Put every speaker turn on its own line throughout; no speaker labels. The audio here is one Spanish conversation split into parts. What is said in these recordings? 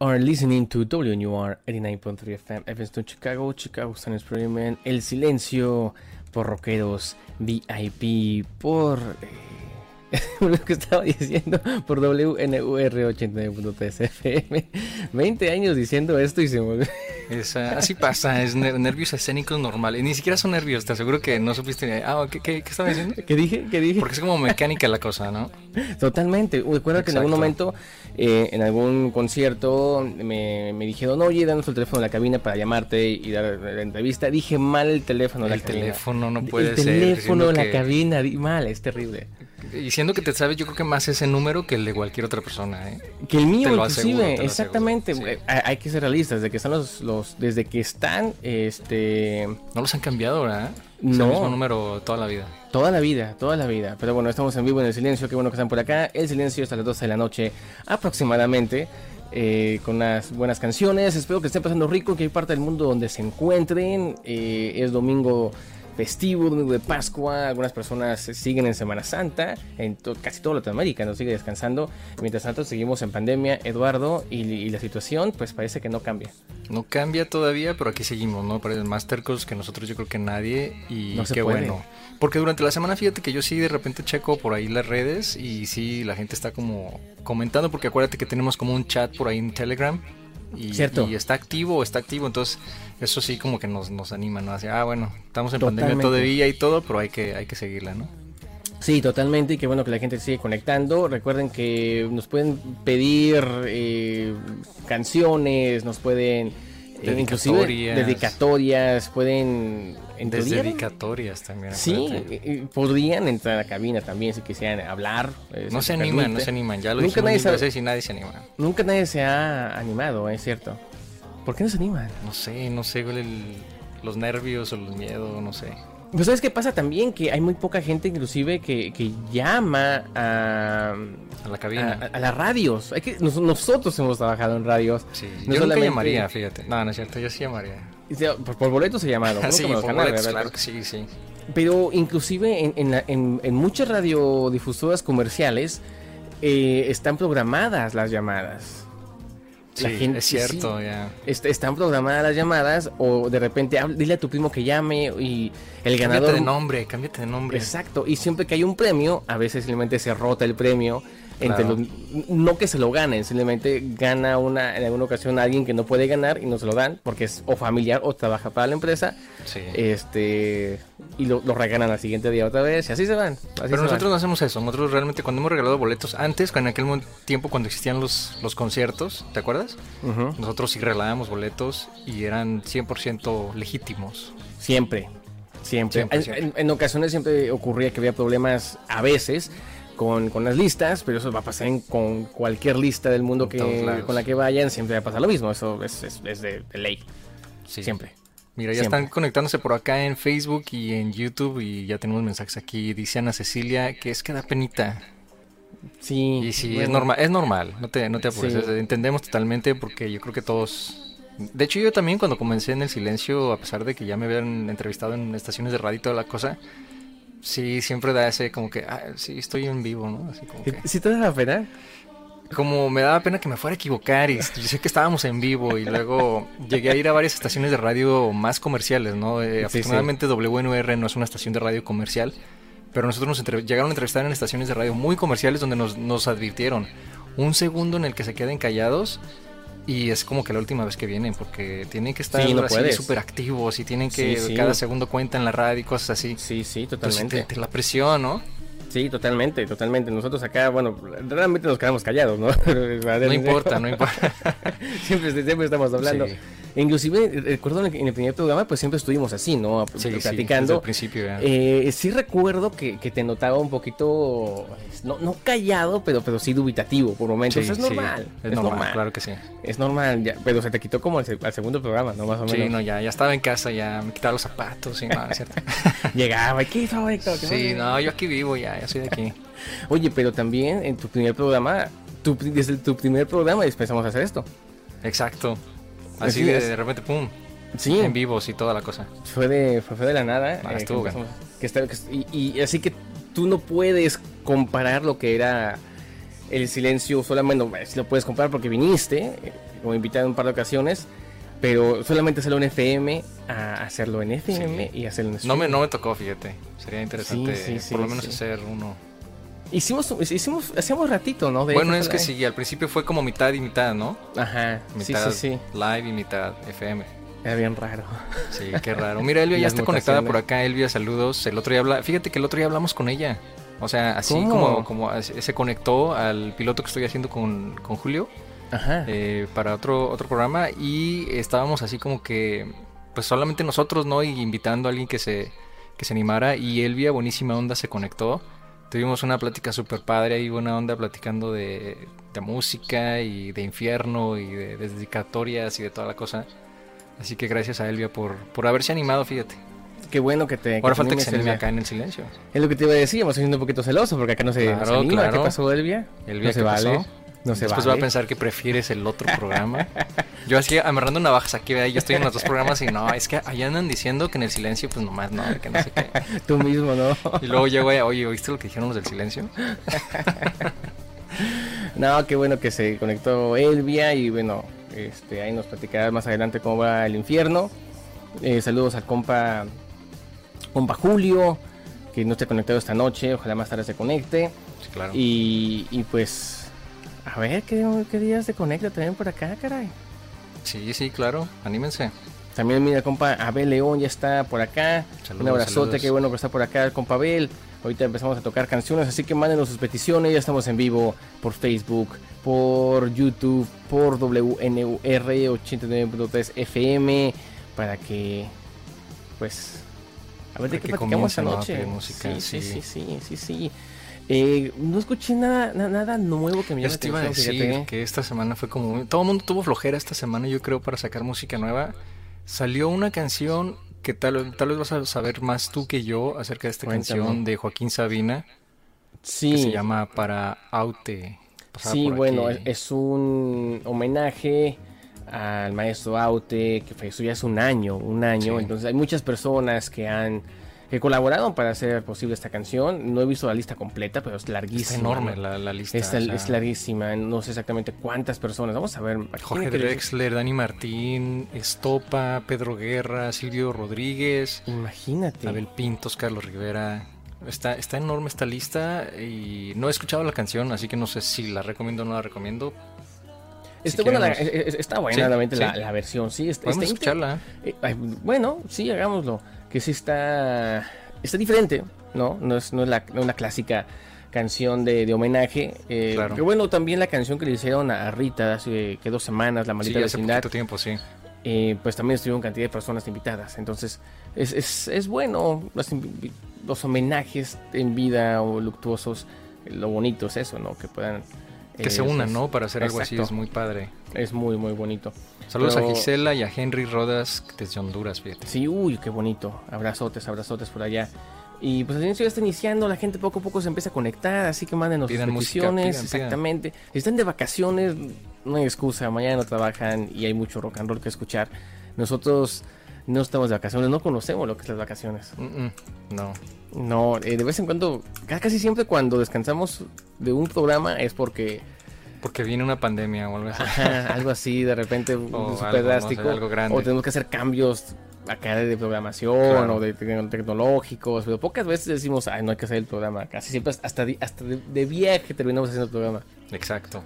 are listening to WNUR 89.3 FM, Evanston, Chicago, Chicago Sun Experiment, El Silencio, por Rockeros, VIP, por... eh, lo que estaba diciendo, por WNUR 89.3 FM. 20 años diciendo esto y se me...
Es, ah, así pasa, es ner- nervios escénicos normales. Ni siquiera son nervios, te aseguro que no supiste. Ah, ¿qué, qué, qué estaba diciendo?
¿Qué dije? ¿Qué dije?
Porque es como mecánica la cosa, ¿no?
Totalmente. Recuerdo que en algún
Exacto.
momento, eh, en algún concierto, me, me dijeron, oye, danos el teléfono de la cabina para llamarte y dar la entrevista. Dije mal el teléfono de la
El
cabina.
teléfono no puede
el
ser.
teléfono de
siendo
la
que-
cabina, di mal, es terrible.
Y siendo que te sabes, yo creo que más ese número que el de cualquier otra persona, ¿eh?
Que el mío,
Te lo
inclusive,
aseguro, te lo
exactamente.
aseguro, sí.
eh, Hay, hay que ser realistas, desde que están los, los, desde que están, este,
No los han cambiado, ¿verdad? Es
No.
el mismo número toda la vida.
Toda la vida, toda la vida. Pero bueno, estamos en vivo en el silencio. Qué bueno que están por acá. El silencio hasta las 12 de la noche aproximadamente. eh, con unas buenas canciones. Espero que estén pasando rico. Que hay parte del mundo donde se encuentren. Eh, es domingo festivo, domingo de Pascua. Algunas personas siguen en Semana Santa. En to- casi toda Latinoamérica nos sigue descansando. Mientras tanto, seguimos en pandemia, Eduardo. Y, y la situación, pues parece que no cambia.
No cambia todavía, pero aquí seguimos, ¿no? Para más tercos que nosotros, yo creo que nadie. Y
No se
qué
puede.
bueno. Porque durante la semana, fíjate que yo sí de repente checo por ahí las redes y sí, la gente está como comentando, porque acuérdate que tenemos como un chat por ahí en Telegram. Y,
Cierto.
y está activo, está activo. Entonces, eso sí, como que nos, nos anima, ¿no? Así, ah, bueno, estamos en
Totalmente.
pandemia todavía y todo, pero hay que, hay que seguirla, ¿no?
Sí, totalmente, y qué bueno que la gente sigue conectando. Recuerden que nos pueden pedir eh, canciones, nos pueden eh, inclusive
Dedicatorias.
dedicatorias, pueden en
Desde
teoría,
dedicatorias también.
Sí,
acuérdate.
eh, eh, podrían entrar a la cabina también si quisieran hablar. eh,
No se
les
animan,
permite.
no se animan. Ya lo
Nunca
dijimos
nadie
mil
sabe-
veces y nadie se anima.
Nunca nadie se ha animado, es cierto. ¿Por qué no se animan?
No sé, no sé, güey, el- los nervios o los miedos, no sé.
Pues sabes qué pasa también, que hay muy poca gente inclusive que, que llama a,
A la
a,
cabina.
a- a las radios. Hay que, nos- nosotros hemos trabajado en radios.
sí, yo
no
nunca
solamente-
llamaría, fíjate. No, no es cierto, yo sí llamaría. Ah,
O sea, por, por boletos se llamaron. nunca
sí,
me
por
los ganaron,
boletos,
¿verdad?
claro que sí, sí.
Pero inclusive en, en la- en- en muchas radiodifusoras comerciales eh, están programadas las llamadas. La
Sí,
gente
es cierto,
sí.
ya.
Est- están programadas las llamadas o de repente "Hab- dile a tu primo que llame y el
Cámbiate
ganador...
de nombre, cámbiate de nombre.
Exacto, y siempre que hay un premio, a veces simplemente se rota el premio. Entre
Claro.
los- no que se lo ganen, simplemente gana una, en alguna ocasión alguien que no puede ganar y no se lo dan porque es o familiar o trabaja para la empresa.
Sí.
Este y lo, lo regalan al siguiente día otra vez y así se van. así se
Pero
van.
nosotros no hacemos eso. Nosotros realmente cuando hemos regalado boletos antes, en aquel mon- tiempo cuando existían los, los conciertos, ¿te acuerdas?
Ujú,
Nosotros sí regalábamos boletos y eran 100% legítimos.
Siempre, siempre.
Siempre,
En-
siempre.
En, en ocasiones siempre ocurría que había problemas a veces. Con, con las listas, pero eso va a pasar en- con cualquier lista del mundo
En
que,
todos lados.
con la que vayan, siempre va a pasar lo mismo, eso es, es- es de- de ley.
Sí.
Siempre.
Mira, ya
Siempre.
están conectándose por acá en Facebook y en YouTube y ya tenemos mensajes aquí. Dice Ana Cecilia que es que da penita.
Sí.
Y sí, es
bueno,
normal, es normal, no te, no te apures.
Sí.
es- Entendemos totalmente porque yo creo que todos... De hecho, yo también cuando comencé en el silencio, a pesar de que ya me habían entrevistado en estaciones de radio y toda la cosa, sí, siempre da ese como que, ah, sí, estoy en vivo, ¿no? Así como
¿Sí,
que...
sí te da la pena?
como me daba pena que me fuera a equivocar y yo sé que estábamos en vivo y luego llegué a ir a varias estaciones de radio más comerciales, ¿no? Eh,
Sí,
afortunadamente WNR no es una estación de radio comercial, pero nosotros nos entre- llegaron a entrevistar en estaciones de radio muy comerciales donde nos, nos advirtieron un segundo en el que se queden callados y es como que la última vez que vienen porque tienen que estar
Sí, no
así
puedes.
súper activos y tienen que
Sí, sí.
cada segundo cuenta en la radio y cosas así.
Sí, Pues sí,
Entonces
totalmente.
te, te la presión, ¿no?
Sí, totalmente, totalmente. Nosotros acá, bueno, realmente nos quedamos callados, ¿no?
No importa, no importa.
siempre, siempre estamos hablando.
Sí.
Inclusive, eh, recuerdo en el- en el primer programa, pues siempre estuvimos así, ¿no? Pues,
Sí, sí, desde el
Platicando.
principio. ya.
Eh, sí recuerdo que, que te notaba un poquito, no, no callado, pero, pero sí dubitativo por momentos.
Sí,
es
sí,
normal.
es, normal, claro que sí.
Es normal, ya, pero se te quitó como al, se- al segundo programa, ¿no? Más o
Sí,
menos.
no, ya, ya estaba en casa, ya me quitaba los zapatos, y no, es cierto.
Llegaba, ¿qué hizo, Héctor? ¿Qué
Sí,
fue?"
no, yo aquí vivo ya, ya soy de aquí.
Oye, pero también en tu primer programa, tu, pri- desde tu primer programa empezamos a hacer esto.
Exacto.
Así
Así de,
es.
de repente, pum,
Sí,
en vivos y toda la cosa.
fue de, fue, fue de la nada.
Ah,
eh,
estuvo
que empezamos- que está- que- y, y así que tú no puedes comparar lo que era el silencio solamente, bueno, sí lo puedes comparar porque viniste, eh, como invitada en un par de ocasiones, pero solamente hacerlo en FM, a hacerlo en FM
Sí.
y hacerlo en
No me,
streaming.
no me tocó, fíjate. Sería interesante
Sí, sí, sí,
por lo menos
sí.
hacer uno.
Hicimos, hicimos, hacíamos ratito, ¿no? De
bueno,
eso,
es que
¿verdad?
sí, al principio fue como mitad y mitad, ¿no?
Ajá, sí,
Mitad
sí, sí.
live y mitad FM.
Era bien raro.
Sí, qué raro. Mira, Elvia ya
Las
está conectada por
mutaciones.
acá. Elvia, saludos. El otro día habla... Fíjate que el otro día hablamos con ella. O sea, así
¿Cómo?
como, como as- se conectó al piloto que estoy haciendo con, con Julio
Ajá.
eh, para otro, otro programa y estábamos así como que, pues solamente nosotros, ¿no? Y invitando a alguien que se, que se animara y Elvia, buenísima onda, se conectó. Tuvimos una plática súper padre ahí, buena onda, platicando de, de música y de infierno y de, de dedicatorias y de toda la cosa. Así que gracias a Elvia por, por haberse animado, fíjate.
Qué bueno que te. te
Ahora falta que
animes,
se anime
Elvia.
acá en el silencio.
Es lo que te iba a decir, me estoy siendo un poquito celoso porque acá no se, no se
Claro,
anima.
claro.
¿Qué pasó, Elvia?
Elvia,
no se
¿qué
vale.
pasó?
No se
Después va a
vale.
pensar que prefieres el otro programa. Yo así amarrando navajas aquí, vea, yo estoy en los dos programas y no, es que allá andan diciendo que en el silencio, pues nomás no, que no sé qué.
Tú mismo, ¿no?
Y luego llego a, oye, ¿oíste lo que dijeron los del silencio?
no, qué bueno que se conectó Elvia y bueno, este, ahí nos platicará más adelante cómo va el infierno. Eh, saludos al compa, compa Julio, que no está conectado esta noche, ojalá más tarde se conecte.
Sí, claro.
Y, y pues, a ver ¿qué, qué días se conecta también por acá, caray.
Sí, sí, claro, anímense.
También mira, compa Abel León ya está por acá.
Saludos,
Un abrazote,
saludos.
qué bueno que está por acá el compa Abel. Ahorita empezamos a tocar canciones, así que mándenos sus peticiones. Ya estamos en vivo por Facebook, por YouTube, por WNUR 89.3 FM. Para que, pues, a ver de
Para
qué
que
platicamos
comiencen a
anoche.
pedir música,
sí, sí, sí,
sí.
sí, sí. sí. Eh, no escuché nada, na- nada nuevo que me llame
Yo te iba a
atención,
decir
fíjate. ¿eh?
que esta semana fue como... Todo el mundo tuvo flojera esta semana, yo creo, para sacar música nueva. Salió una canción que tal, tal vez vas a saber más tú que yo acerca de esta
Cuéntame.
canción de Joaquín Sabina.
Sí.
que se llama Para Aute. Pasaba
Sí,
por
bueno, es,
aquí.
es un homenaje al maestro Aute, que falleció ya hace un año, un año.
Sí.
Entonces hay muchas personas que han que colaboraron para hacer posible esta canción. No he visto la lista completa, pero es
Está
larguísima.
enorme
¿no?
la, la lista.
Está-
o sea,
es larguísima, no sé exactamente cuántas personas. Vamos a ver. imagínate
Jorge
que-
Drexler, Dani Martín, Estopa, Pedro Guerra, Silvio Rodríguez,
Imagínate.
Abel Pintos, Carlos Rivera. Está, está enorme esta lista y no he escuchado la canción, así que no sé si la recomiendo o no la recomiendo.
está,
si
buena la,
queremos-
eh, eh, está buena,
Sí,
realmente, la,
sí.
la versión. Sí, es- está
Podemos
inter-
escucharla.
Eh, ay, bueno, sí, hagámoslo. Que sí está. Está diferente, ¿no? No es, no es la, no es la clásica canción de, de homenaje. Eh,
Claro.
Pero bueno, también la canción que le hicieron a Rita hace que dos semanas, La
Sí,
Maldita
hace
Vecindad,
poquito tiempo, sí.
eh, pues también estuvieron cantidad de personas invitadas. Entonces, es, es, es bueno las invi- los homenajes en vida o luctuosos. Lo bonito es eso, ¿no? Que puedan.
Que
eh,
se unan,
es-
¿no? Para hacer algo así
exacto.
es muy padre.
Es muy, muy bonito.
Saludos
Pero-
a Gisela y a Henry Rodas desde Honduras, fíjate.
Sí, uy, qué bonito. Abrazotes, abrazotes por allá. Y pues el inicio ya está iniciando, la gente poco a poco se empieza a conectar, así que mándenos sus
Pidan música,
peticiones.
pidan, pidan.
exactamente. Si están de vacaciones, no hay excusa, mañana no trabajan y hay mucho rock and roll que escuchar. Nosotros no estamos de vacaciones, no conocemos lo que es las vacaciones.
Mm, mm, no.
No, eh, de vez en cuando, ca- casi siempre cuando descansamos de un programa es porque
Porque viene una pandemia o algo así.
ajá, algo así de repente
O
súper
algo, no
drástico.
sé, algo grande.
O tenemos que hacer cambios acá de programación
Claro.
o de tec- tecnológicos, pero pocas veces decimos, ay, no hay que hacer el programa. Casi siempre hasta, di- hasta de, de viaje terminamos haciendo el programa.
Exacto.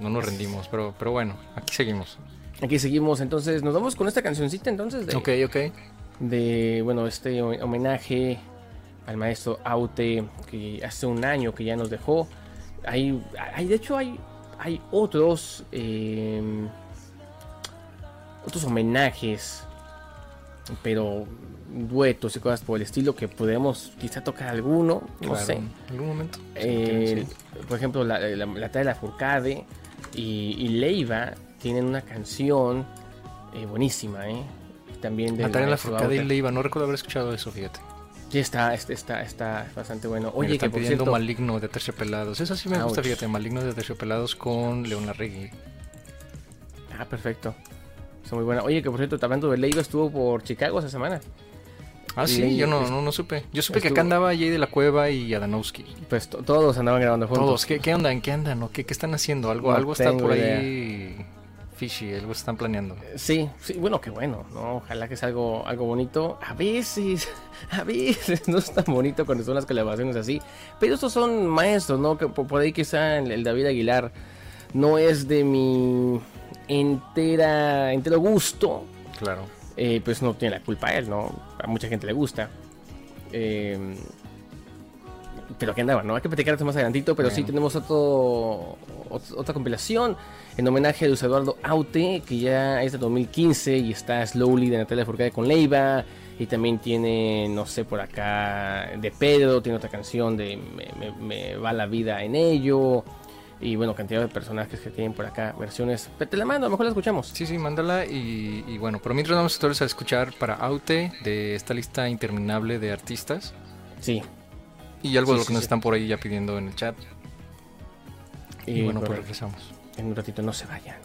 No nos rendimos, pero, pero bueno, aquí seguimos.
Aquí seguimos, entonces nos vamos con esta cancioncita entonces de,
Ok, ok.
de, bueno, este hom- homenaje al maestro Aute que hace un año que ya nos dejó. Hay, hay de hecho hay, hay otros eh, otros homenajes, pero duetos y cosas por el estilo que podemos quizá tocar alguno, no
Claro,
sé.
En algún momento. Sí,
Eh,
quieren, sí.
por ejemplo, la, la, la tarea de la Furcade y, y Leiva tienen una canción eh, buenísima, ¿eh? También de
Natalia
maestro
Lafourcade y
Aute.
Leiva, no recuerdo haber escuchado eso, fíjate.
Sí, está, está, está, está bastante bueno.
Mira,
Oye, que
están
por
pidiendo
cierto,
Maligno de Terciopelados. Eso sí me gusta,
Ouch.
fíjate, Maligno de Terciopelados con León Larregui.
Ah, perfecto. Está muy buena. Oye, que por cierto, hablando de Leiva, estuvo por Chicago esa semana.
Ah, sí,
Ley-
yo no,
es-
no, no supe. Yo supe que acá
estuvo-
andaba Jay de la Cueva y Adanowski.
Pues to- todos andaban grabando juntos.
Todos, ¿qué, qué andan? ¿Qué andan? ¿O qué, qué están haciendo? Algo,
No
algo está
tengo
por ahí fishy, algo están planeando.
Sí, sí, bueno, qué bueno, ¿no? Ojalá que sea algo, algo bonito. A veces, a veces no es tan bonito cuando son las colaboraciones así. Pero estos son maestros, ¿no? Que por por ahí quizá el el David Aguilar no es de mi entera, entero gusto.
Claro.
eh, pues no tiene la culpa él, ¿no? A mucha gente le gusta. Eh, pero que andaba, ¿no? Hay que platicar esto más adelantito, pero sí
Bueno.
tenemos otro, ot- otra compilación en homenaje a Luis Eduardo Aute, que ya es de 2015 y está Slowly de Natalia Furcade con Leiva. Y también tiene, no sé, por acá de Pedro, tiene otra canción de Me, me- me va la vida en ello. Y bueno, cantidad de personajes que tienen por acá, versiones. Pero te la mando, a lo mejor la escuchamos.
Sí, sí, mándala y, y bueno, pero mientras vamos todos a escuchar para Aute de esta lista interminable de artistas
Sí.
y
Sí,
algo de lo que
sí,
nos
sí.
están por ahí ya pidiendo en el chat. Y,
Eh,
bueno, pues
correcto.
regresamos.
En un ratito no se vayan.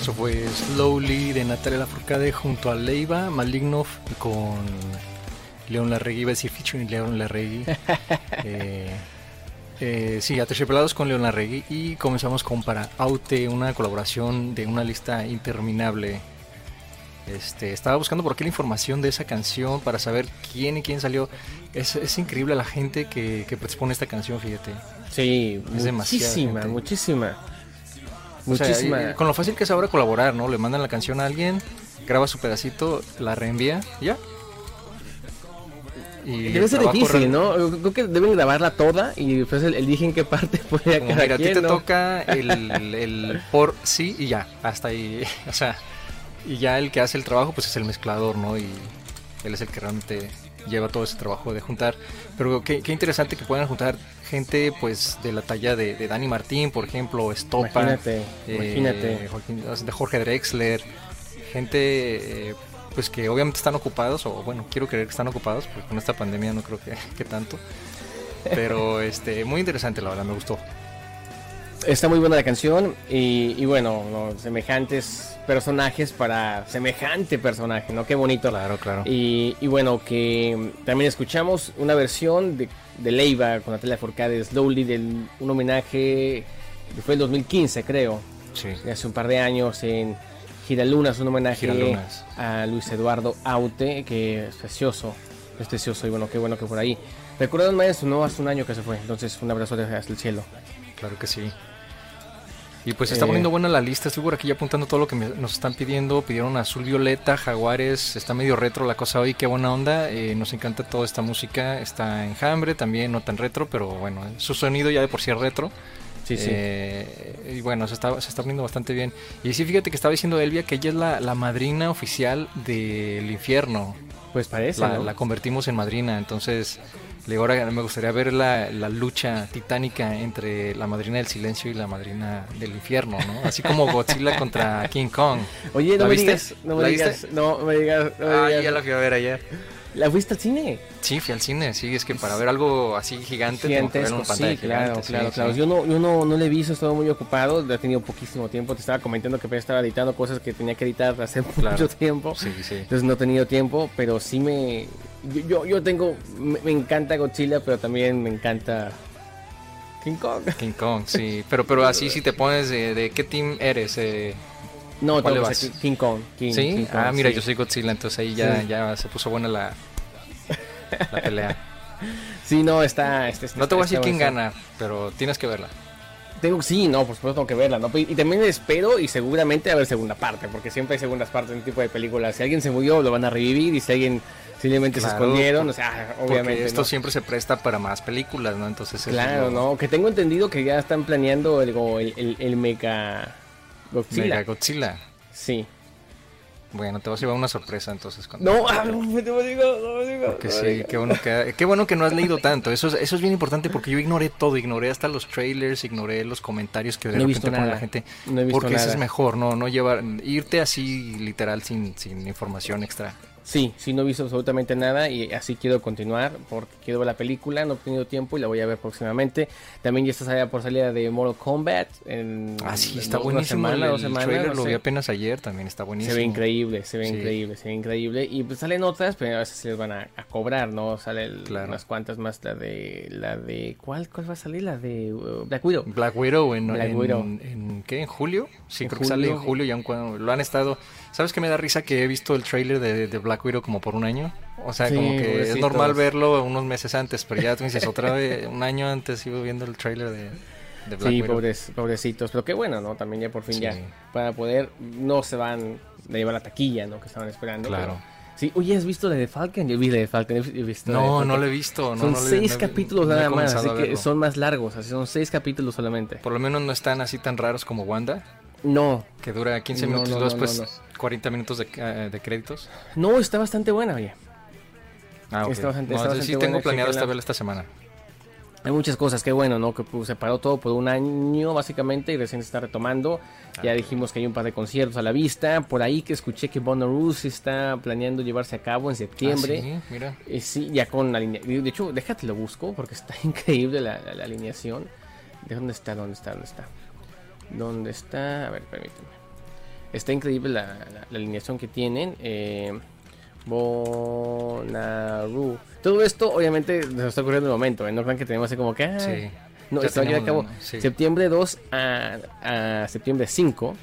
Eso fue Slowly de Natalia Lafourcade junto a Leiva Malignov con León Larregui, iba a decir featuring León Larregui. eh, eh, sí, Aterciopelados con León Larregui y comenzamos con Para Aute, una colaboración de una lista interminable. Este, estaba buscando por aquí la información de esa canción para saber quién y quién salió. Es, es increíble la gente que, que expone esta canción, fíjate.
Sí,
Es demasiada
muchísima,
gente.
muchísima.
O sea,
Muchísima.
y- y con lo fácil que es ahora colaborar, ¿no? Le mandan la canción a alguien, graba su pedacito, la reenvía, y ya. Y
Debe
el
ser
trabajo
difícil,
real-
¿no? Yo Creo que deben grabarla toda y después el- eligen qué parte puede
Como,
cada
mira, a ti
quien,
te
¿no?
toca el, el por sí y ya, hasta ahí. O sea, y ya el que hace el trabajo, pues es el mezclador, ¿no? Y él es el que realmente lleva todo ese trabajo de juntar. Pero qué, qué interesante que puedan juntar gente, pues, de la talla de, de Dani Martín, por ejemplo, Estopa.
Imagínate,
Eh,
imagínate.
Joaquín- de Jorge Drexler, gente eh, pues que obviamente están ocupados, o bueno, quiero creer que están ocupados, porque con esta pandemia no creo que, que tanto. Pero este, muy interesante, la verdad, me gustó.
Está muy buena la canción y, y bueno, ¿no? semejantes personajes para semejante personaje, ¿no? Qué bonito, la
Claro, claro.
Y, y bueno, que mm, también escuchamos una versión de, de Leiva con Natalia Forcade Slowly, de un homenaje que fue el 2015, creo.
Sí.
de hace un par de años en Giralunas, un homenaje
Giralunas.
a Luis Eduardo Aute, que es precioso, es precioso y bueno, qué bueno que por ahí. Recuerdan maestro, no hace un año que se fue, entonces un abrazo desde hasta el cielo.
Claro que sí. Y pues se está
Eh.
poniendo buena la lista. Estoy por aquí ya apuntando todo lo que me- nos están pidiendo. Pidieron Azul Violeta, Jaguares. Está medio retro la cosa hoy. Qué buena onda. Eh, nos encanta toda esta música. Está enjambre también, no tan retro, pero bueno, su sonido ya de por sí es retro.
Sí, sí.
Eh, y bueno, se está, se está poniendo bastante bien. Y sí, fíjate que estaba diciendo Elvia que ella es la, la madrina oficial del infierno.
pues parece,
La,
¿no?
la convertimos en madrina. Entonces, le digo, ahora me gustaría ver la, la lucha titánica entre la madrina del silencio y la madrina del infierno, ¿no? Así como Godzilla contra King Kong.
Oye, no
¿La
me
viste?
digas, no me
¿La
digas,
viste?
no me digas, no me digas.
Ah, fui a ver ayer.
¿La fuiste al cine?
Sí, fui al cine. Sí, es que para ver algo así gigante, tengo que ver
Gigantesco,
una
sí,
pantalla
claro,
gigante, sí,
claro,
sí.
claro. Yo no, yo no, no le he visto, he estado muy ocupado, he tenido poquísimo tiempo, te estaba comentando que apenas estaba editando cosas que tenía que editar hace
Claro.
mucho tiempo.
Sí, sí.
Entonces no he tenido tiempo, pero sí me. Yo, yo, yo tengo. Me, me encanta Godzilla, pero también me encanta. King Kong.
King Kong, sí. Pero, pero así si te pones de, de qué team eres. eh,
No,
¿Cuál
tengo que
le vas?
ser King- King Kong. King,
¿Sí?
King Kong,
ah, mira,
sí.
yo soy Godzilla, entonces ahí ya,
Sí.
ya se puso buena la, la pelea.
Sí, no, está. está- está-
No te voy a decir
está
quién
buenísimo.
gana, pero tienes que verla.
Tengo, sí, no, por supuesto tengo que verla, ¿no? Y y también espero y seguramente va a haber segunda parte, porque siempre hay segundas partes en este tipo de películas. Si alguien se murió, lo van a revivir, y si alguien simplemente se
Claro,
escondieron,
por-
o sea,
Porque
obviamente.
esto
¿no?
siempre se presta para más películas, ¿no? Entonces eso es
Claro,
lo-
no, que tengo entendido que ya están planeando el, go- el, el, el Mega Godzilla.
Mega Godzilla.
Sí.
Bueno, te vas a llevar una sorpresa entonces. cuando-
No, ah, no me digo, no me digo.
Que
no
sí,
me
qué bueno que, qué bueno que no has leído tanto. Eso es, eso es bien importante porque yo ignoré todo. Ignoré hasta los trailers, ignoré los comentarios que de
No he
repente
visto
pone
nada.
la gente.
No he visto
porque eso
nada.
es mejor, ¿no? No llevar, irte así literal sin, sin información extra.
Sí, sí, no he visto absolutamente nada y así quiero continuar porque quiero ver la película, no he tenido tiempo y la voy a ver próximamente. También ya está salida por salida de Mortal Kombat. En,
Ah, sí,
en
está
una
buenísimo.
semana,
el
dos semanas,
trailer
no
lo
sé.
vi apenas ayer, también está buenísimo.
Se ve increíble, se ve
Sí.
increíble, se ve increíble. Y pues salen otras, pero a veces se les van a, a cobrar, ¿no? Sale el-
Claro.
unas cuantas más, la de, la de, ¿cuál, cuál va a salir? La de uh, Black Widow.
Black Widow en,
Black
en-
Widow.
en- ¿qué? ¿En julio? Sí,
En
creo que sale en
julio.
julio y aún cuando lo han estado... ¿Sabes qué me da risa? Que he visto el trailer de, de Black Widow como por un año. O sea,
Sí,
como que es
pobrecitos.
normal verlo unos meses antes, pero ya tú dices otra vez, un año antes sigo viendo el trailer de, de Black
Sí,
Widow.
pobres, pobrecitos, pero qué bueno, ¿no? También ya por fin
Sí.
ya, para poder, no se van a llevar la taquilla, ¿no? Que estaban esperando.
Claro.
pero- Sí, oye, ¿has visto la de Falcon? Yo vi la de Falcon, he he visto la de
No,
Falcon.
no lo he visto. no,
Son
no lo he-
seis
no he-
capítulos
no he
nada más,
comenzado
así
a
que
verlo.
son más largos, así son seis capítulos solamente.
Por lo menos no están así tan raros como Wanda,
No,
que dura 15
No,
minutos
no,
y
no,
después
no,
40 minutos de, eh, de créditos.
no, está bastante buena, oye.
Ah, ok.
Está bastante-
No,
está
entonces
bastante
sí tengo
buena,
planeado esta
chéquenla.
verla esta semana.
Hay muchas cosas, qué bueno, ¿no? Que pues, se paró todo por un año básicamente y recién se está retomando.
Ah,
Ya dijimos que hay un par de conciertos a la vista. Por ahí que escuché que Bonnaroo está planeando llevarse a cabo en septiembre.
Ah, sí, mira.
Eh, sí, ya con la línea. De hecho, déjate lo busco porque está increíble la, la- la alineación. ¿De dónde está? ¿Dónde está? ¿Dónde está? ¿Dónde está? A ver, permíteme. Está increíble la, la- la alineación que tienen. Eh, Bonnaroo. Todo esto, obviamente, nos está ocurriendo en el momento. ¿eh? No crean que tenemos así como que. ah,
Sí.
No,
Ya
esto va a llevar a cabo
tenemos, ¿no? Sí.
septiembre 2 a, a septiembre 5.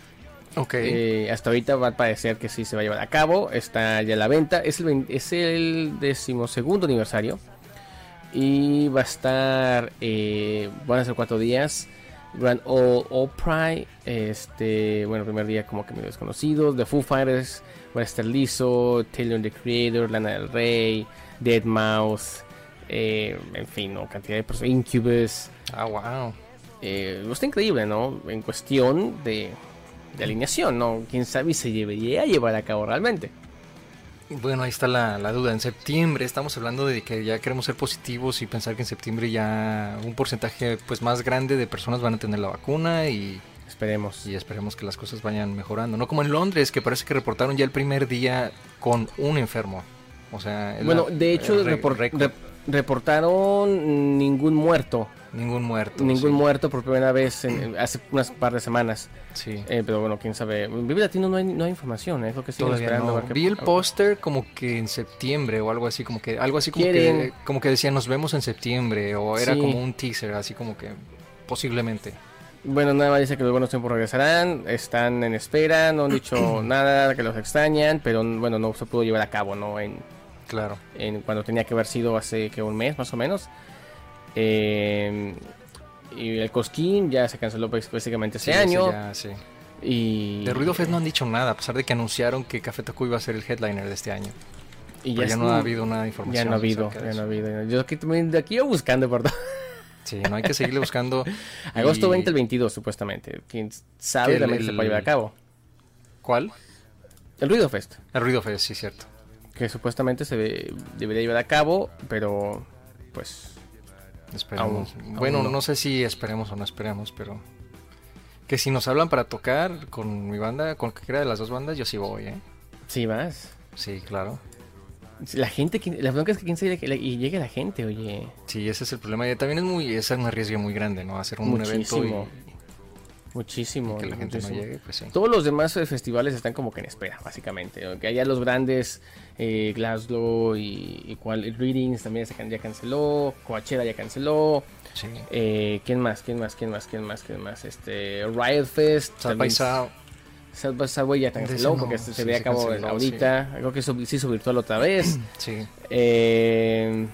Ok.
Eh, hasta ahorita va a parecer que sí se va a llevar a cabo. Está ya a la venta. Es el, vein- es el decimosegundo aniversario. Y va a estar. eh, van a ser cuatro días. Grand Ole Opry. Este. Bueno, primer día como que medio desconocido. The Foo Fighters. Va a estar Lizzo. Taylor the Creator. Lana del Rey. Dead Mouse. eh, en fin, ¿no? cantidad de personas. Incubus.
Ah, wow.
Eh, está increíble, ¿no? En cuestión de, de alineación, ¿no? Quién sabe si se debería llevar a cabo realmente.
Bueno, ahí está la, la duda. En septiembre estamos hablando de que ya queremos ser positivos y pensar que en septiembre ya un porcentaje pues más grande de personas van a tener la vacuna y,
Esperemos.
y esperemos que las cosas vayan mejorando. No como en Londres, que parece que reportaron ya el primer día con un enfermo. O sea, es
Bueno,
la-
de hecho,
el re-
repor-
récord.
rep- reportaron ningún muerto.
ningún muerto.
Ningún
sí.
muerto por primera vez en- hace unas par de semanas.
Sí.
Eh, pero bueno, quién sabe. En Vive Latino no hay, no hay información, ¿eh? es lo que siguen
Todavía
esperando.
no.
a ver qué-
Vi el póster como que en septiembre o algo así, como que algo así como que,
Quieren-
como que decía nos vemos en septiembre o era
Sí.
como un teaser, así como que posiblemente.
Bueno, nada más dice que los buenos tiempos regresarán, están en espera, no han dicho nada, que los extrañan, pero bueno, no se pudo llevar a cabo, ¿no? En,
Claro.
en cuando tenía que haber sido hace que un mes más o menos. Eh, y el Cosquín ya se canceló pues, básicamente ese
Sí, ese
año.
ya, sí.
Y,
De Ruido Fest no han dicho nada, a pesar de que anunciaron que Café Tacuba iba a ser el headliner de este año.
y
Pero ya,
es-
no ha habido nada de información.
Ya no ha habido,
acerca de
ya no ha
eso.
habido. Yo aquí, también- de aquí iba buscando, perdón.
Sí, no hay que seguirle buscando.
Agosto
Y-
20 al 22, supuestamente. Quién sabe
Que
realmente
el-
se puede llevar a cabo.
¿Cuál?
El Ruido Fest,
El Ruido Fest, sí, cierto.
que supuestamente se ve- debería llevar a cabo, pero pues
Esperemos.
Aún-
bueno,
aún
no.
no.
sé si esperemos o no esperemos, pero. Que si nos hablan para tocar con mi banda, con cualquiera de las dos bandas, yo sí voy, ¿eh?
sí más.
Sí, claro.
La gente, que- la bronca es que quién sabe que- y llegue la gente, oye.
Sí, ese es el problema. Y también es muy, es un riesgo muy grande, ¿no? Hacer un
Muchísimo.
evento y- y,
Muchísimo.
que la gente no
muchísimo.
llegue, pues sí.
Todos los demás eh, festivales están como que en espera, básicamente. ¿no? Que allá los grandes, eh, Glasgow y, y cual, Readings también se can- ya canceló, Coachella ya canceló.
Sí.
eh, ¿Quién más? ¿Quién más? ¿Quién más? ¿Quién más? ¿Quién más? Este, Riot Fest.
South by
también-
South.
South by Southwest ya canceló
no,
porque este se, se
sí,
ve
se
a cabo
canceló,
ahorita. Creo que se se hizo virtual otra vez.
Sí.
Eh,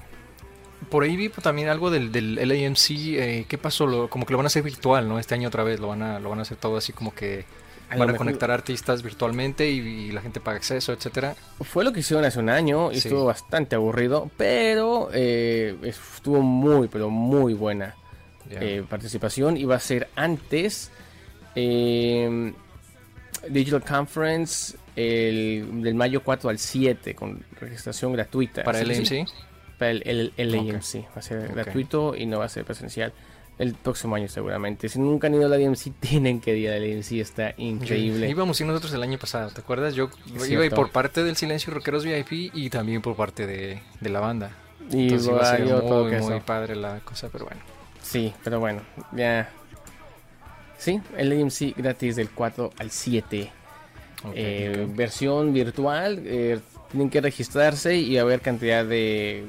Por ahí vi pues, también algo del, del LAMC. eh, ¿Qué pasó? Lo- como que lo van a hacer virtual, ¿no? Este año otra vez lo van a, lo van a hacer todo así como que
A
van
lo
a
mejor-
conectar artistas virtualmente y, y la gente paga acceso, etcétera.
Fue lo que hicieron hace un año y
Sí.
estuvo bastante aburrido, pero eh, estuvo muy, pero muy buena
Ya.
eh, participación y va a ser antes eh, Digital Conference el, del mayo 4 al 7 con registración gratuita.
para
Así que sí,
LAMC.
Para el, el- el
Ok.
AMC. Va a ser
Ok.
gratuito y no va a ser presencial. El próximo año seguramente. Si nunca han ido a la DMC, tienen que ir a la DMC. Está increíble.
Sí, íbamos y nosotros el año pasado, ¿te acuerdas? Yo
Es
iba y
cierto.
por parte del Silencio Rockeros VIP y también por parte de, de la banda.
Y
Entonces iba a ser
varios, todo
muy,
queso.
muy padre la cosa, pero bueno.
Sí, pero bueno, ya. Sí, el AMC gratis del 4 al 7.
Ok,
Eh,
ok.
Versión virtual. eh, tienen que registrarse y va a haber cantidad de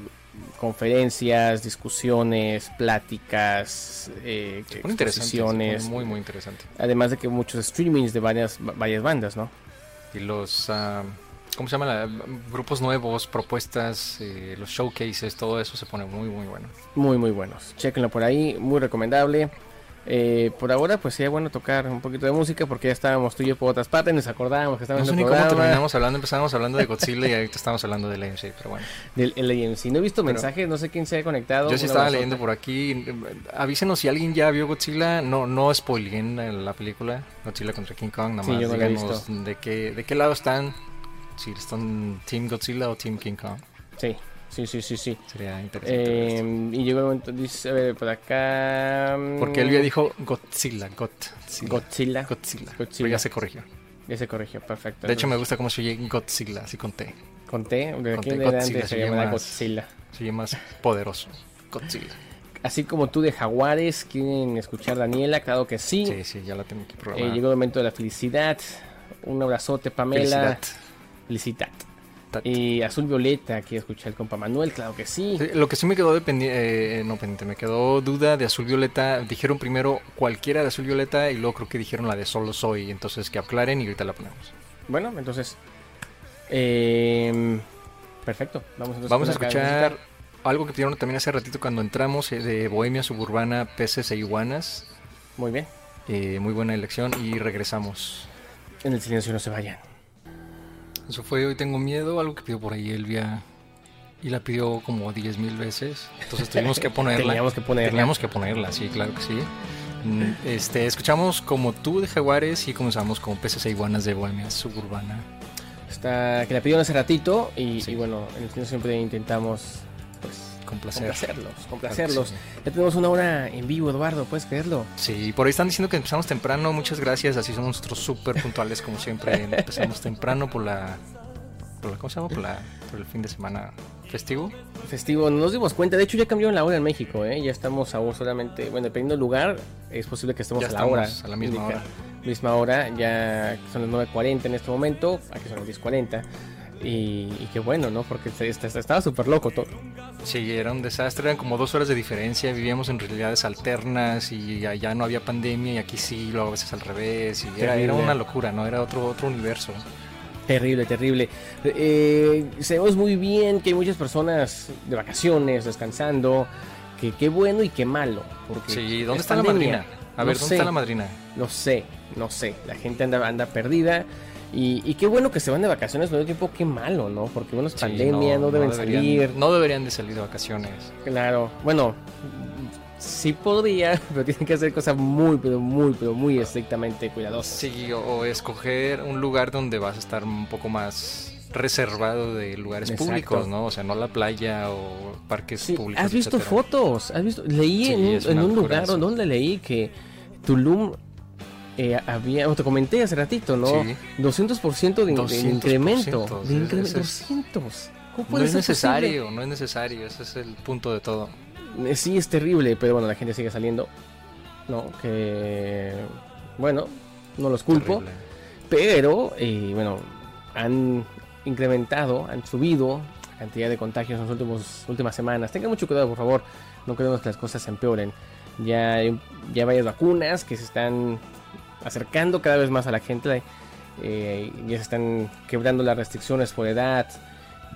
conferencias, discusiones, pláticas, eh,
Se pone interesante, se pone
exposiciones.
muy, muy interesante.
Además de que muchos streamings de varias, varias bandas, ¿no?
Y los, ah, ¿cómo se llama? La- grupos nuevos, propuestas, eh, los showcases, todo eso se pone muy, muy bueno.
Muy, muy buenos. Chequenlo por ahí, muy recomendable. Eh, por ahora, pues sería bueno tocar un poquito de música porque ya estábamos tú y yo por otras partes, nos acordábamos que
No
estábamos
sé
en
ni
el
cómo
programa
terminamos hablando, empezábamos hablando de Godzilla y ahorita estamos hablando del AMC, pero bueno.
del LAMC. No he visto mensajes, no sé quién se ha conectado.
Yo sí
un
estaba
abrazote.
leyendo por aquí. Avísenos si alguien ya vio Godzilla. No, no spoileen la película. Godzilla contra King Kong, nada
Sí,
más.
yo no la he
díganos de qué, de qué lado están. Si están Team Godzilla o Team King Kong.
Sí, sí, sí, sí. sí.
Sería interesante. ver esto.
Eh, y llegó el momento, dice, a ver, por acá. mm,
Porque él ya dijo Godzilla, Godzilla.
Godzilla.
Godzilla.
Godzilla.
Pero ya se corrigió.
Ya se corrigió, perfecto.
De hecho, me gusta cómo se oye Godzilla, así con T.
conté, de aquí
conté
en
Godzilla,
adelante se
se llama-
llamará Godzilla.
Se oye más poderoso. Godzilla.
Así como tú de Jaguares, ¿quieren escuchar Daniela? Claro que sí.
Sí, sí, ya la tengo aquí
Eh,
programada.
llegó el momento de la felicidad. Un abrazote, Pamela.
Felicidad.
Felicidad.
Tat.
Y Azul Violeta, quiero escuchar el compa Manuel, claro que sí.
Sí, Lo que sí me quedó de pendi- eh, no pendiente, me quedó duda de Azul Violeta. Dijeron primero cualquiera de Azul Violeta y luego creo que dijeron la de Solo Soy. Entonces que aclaren y ahorita la ponemos.
Bueno, entonces. eh, perfecto. Vamos, entonces
Vamos a
con la cara
escuchar algo que pidieron también hace ratito cuando entramos eh, de Bohemia Suburbana, Peces e Iguanas.
musical. Muy bien.
Eh, muy buena elección y regresamos.
En el silencio no se vayan.
Eso fue Hoy Tengo Miedo, algo que pidió por ahí Elvia y la pidió como 10.000 mil veces. Entonces tuvimos que ponerla.
Teníamos que ponerla.
Teníamos que ponerla, sí, claro que sí. Mm, Este, escuchamos como tú de Jaguares y comenzamos con peces e iguanas de Bohemia Suburbana.
Está, que la pidieron hace ratito y,
Sí.
y bueno, en el silencio siempre intentamos pues,
Con placer.
complacerlos.
Claro que
Complacerlos.
sí.
Ya tenemos una hora en vivo, Eduardo, ¿puedes creerlo?
Sí, por ahí están diciendo que empezamos temprano, muchas gracias, así somos nosotros súper puntuales como siempre. Empezamos temprano por la, por la- ¿cómo se llama? Por, la, por el fin de semana festivo.
Festivo, no nos dimos cuenta. De hecho, ya cambió la hora en México, ¿eh? Ya estamos ahora solamente, bueno, dependiendo del lugar, es posible que estemos
Ya
a la
estamos
hora.
a la misma hora.
Misma hora, ya son las 9.40 en este momento, aquí son las 10.40. Y, y qué bueno, ¿no? Porque se- está- está- estaba súper loco todo.
Sí, era un desastre, eran como dos horas de diferencia, vivíamos en realidades alternas y allá no había pandemia y aquí sí, luego a veces al revés, y era, era
Terrible.
una locura, ¿no? Era otro, otro universo.
Terrible, terrible. Eh, sabemos muy bien que hay muchas personas de vacaciones, descansando. Que qué bueno y qué malo. Porque
Sí, ¿dónde
es
está
pandemia.
la madrina? A
No
ver, ¿dónde
sé.
está la madrina?
No sé, no sé. La gente anda, anda perdida. Y, y qué bueno que se van de vacaciones, pero el tiempo qué malo, ¿no? Porque bueno, es
Sí,
pandemia, no, deben
deberían-
salir.
No deberían de salir de vacaciones.
Claro, bueno, sí podría, pero tienen que hacer cosas muy, pero muy, pero muy estrictamente cuidadosas.
Sí, o, o escoger un lugar donde vas a estar un poco más reservado de lugares
Exacto.
públicos, ¿no? O sea, no la playa o parques
Sí,
públicos.
has visto
etcétera.
fotos, has visto. Leí
Sí,
en un,
es una
en un
locura
lugar
eso.
donde leí que Tulum eh, había, o te comenté hace ratito, ¿no?
Sí.
200% de, in- de
200%,
incremento. De
ese
incremento.
es-
200. ¿Cómo
No
puede
es
ser posible?
necesario, no es necesario, ese es el punto de todo.
Eh, Sí, es terrible, pero bueno, la gente sigue saliendo. No, que. Bueno, no los culpo.
Terrible.
Pero, eh, bueno, han incrementado, han subido la cantidad de contagios en las últimas, últimas semanas. Tengan mucho cuidado, por favor. No queremos que las cosas se empeoren. Ya hay, ya hay varias vacunas que se están acercando cada vez más a la gente. eh, ya se están quebrando las restricciones por edad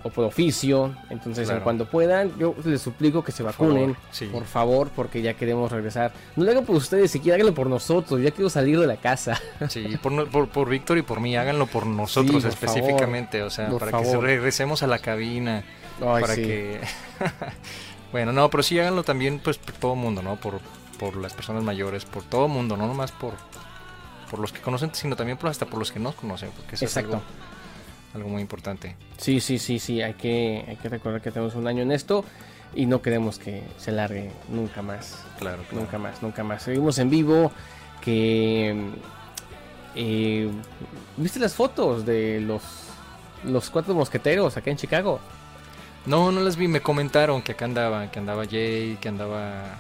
o por oficio. Entonces,
Claro.
en cuanto puedan, yo les suplico que se
favor,
vacunen.
sí.
Por favor, porque ya queremos regresar. No lo hagan por ustedes, siquiera háganlo por nosotros. Ya quiero salir de la casa.
Sí, por, no- por, por Víctor y por mí, háganlo por nosotros
por
específicamente, o sea,
Por
para que
favor.
regresemos a la cabina,
Ay,
para
sí.
que... bueno, no, pero sí háganlo también pues por todo mundo, ¿no? Por, por las personas mayores, por todo mundo, no nomás por, por los que conocen, sino también por, hasta por los que no conocen, porque eso
Exacto.
es algo, algo muy importante.
Sí, sí, sí, sí, hay que, hay que recordar que tenemos un año en esto. y no queremos que se alargue nunca más.
Claro, claro.
Nunca más, nunca más. Seguimos en vivo que... eh, ¿Viste las fotos de los, los cuatro mosqueteros acá en Chicago?
No, no las vi, me comentaron que acá andaba, que andaba Jay, que andaba...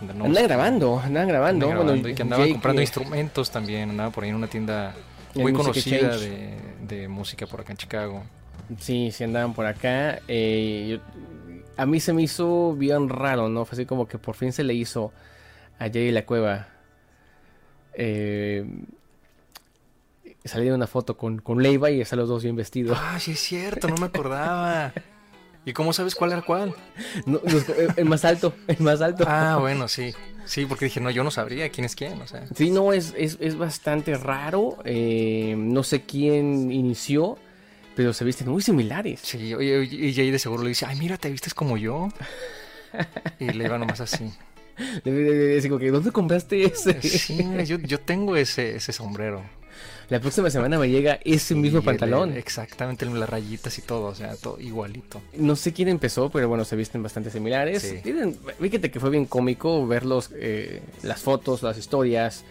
no,
andan grabando, andan grabando.
andan
Ah, Bueno,
grabando y que andaba
Jake,
comprando
eh,
instrumentos también, andaba por ahí en una tienda
En
muy
Music
conocida de,
Exchange.
de música por acá en Chicago.
Sí, sí andaban por acá. eh, yo- a mí se me hizo bien raro, ¿no? Fue así como que por fin se le hizo a Jay la cueva. Eh, salía una foto con, con Leiva y están los dos bien vestidos.
Ah, sí es cierto, no me acordaba. ¿Y cómo sabes cuál era cuál?
No, los- el, el más alto, el más alto.
Ah, bueno, sí. Sí, porque dije, no, yo no sabría quién es quién, o sea.
Sí, no, es, es, es bastante raro. eh, no sé quién inició, pero se visten muy similares.
Sí, oye, oye, y Jay de seguro le dice, ay, mira, te vistes como yo. Y le iba nomás así.
Es como que, ¿dónde compraste ese?
Sí, mira, yo, yo tengo ese, ese sombrero.
La próxima semana me llega ese mismo
Y el-
pantalón.
el- exactamente, las rayitas y todo, o sea, todo igualito.
No sé quién empezó, pero bueno, se visten bastante similares.
Sí.
Tienen, fíjate que fue bien cómico ver los, eh, las fotos, las historias.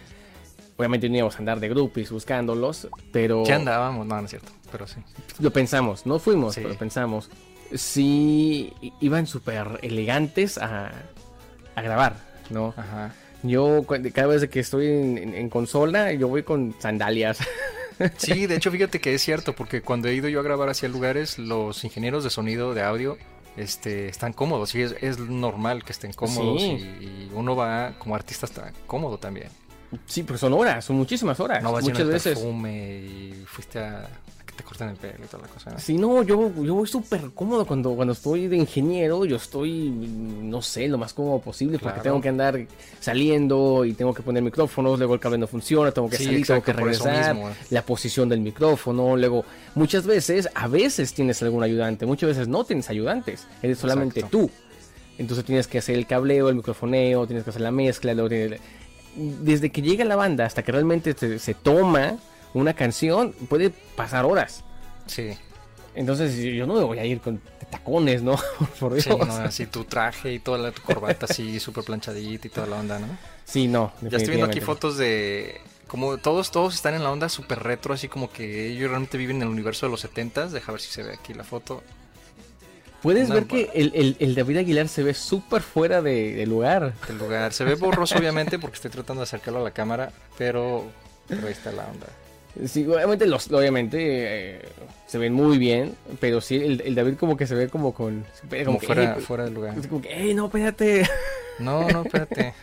Obviamente no íbamos a andar de groupies buscándolos, pero
Ya andábamos, no, no es cierto, pero sí.
lo pensamos, no fuimos,
Sí.
pero pensamos. Sí, i- iban súper elegantes a, a grabar, ¿no?
Ajá.
Yo cu- cada vez que estoy en, en- en consola, yo voy con sandalias.
Sí, de hecho, fíjate que es cierto, porque cuando he ido yo a grabar hacia lugares, los ingenieros de sonido, de audio, este, están cómodos. Y es, es normal que estén cómodos
Sí.
y, y uno va como artista está cómodo también.
sí, pero son horas, son muchísimas horas.
No vas lleno
Ah, muchas
de
veces.
perfume y fuiste a, a que te corten el pelo y toda la cosa. ¿no?
Sí, no, yo, yo voy súper cómodo cuando, cuando estoy de ingeniero, yo estoy, no sé, lo más cómodo posible, porque
Claro.
tengo que andar saliendo y tengo que poner micrófonos, luego el cable no funciona, tengo que
Sí,
salir,
exacto,
tengo que
por eso
regresar,
mismo, eh.
la posición del micrófono, luego muchas veces, a veces tienes algún ayudante, muchas veces no tienes ayudantes, eres solamente
Exacto.
tú. Entonces tienes que hacer el cableo, el microfoneo, tienes que hacer la mezcla, luego tienes- Desde que llega la banda hasta que realmente se- se toma una canción, puede pasar horas.
Sí,
Entonces yo yo no me voy a ir con tacones, ¿no? Por Dios.
sí, no, así tu traje y toda la tu corbata así súper planchadita y toda la onda, ¿no?
Sí, no.
Ya estoy viendo
definitivamente.
aquí fotos de como todos todos están en la onda súper retro, así como que ellos realmente viven en el universo de los 70s. Deja ver si se ve aquí la foto.
Puedes
No,
ver que el, el- el David Aguilar se ve súper fuera de, de lugar.
del lugar. Se ve borroso obviamente porque estoy tratando de acercarlo a la cámara, pero, pero ahí está la onda.
Sí, obviamente, los, obviamente eh, se ven muy bien, pero sí, el, el David como que se ve como con... Como,
Como
que,
fuera,
"Ey",
fuera del lugar.
es como que, "Ey, no, espérate!
No, no, espérate.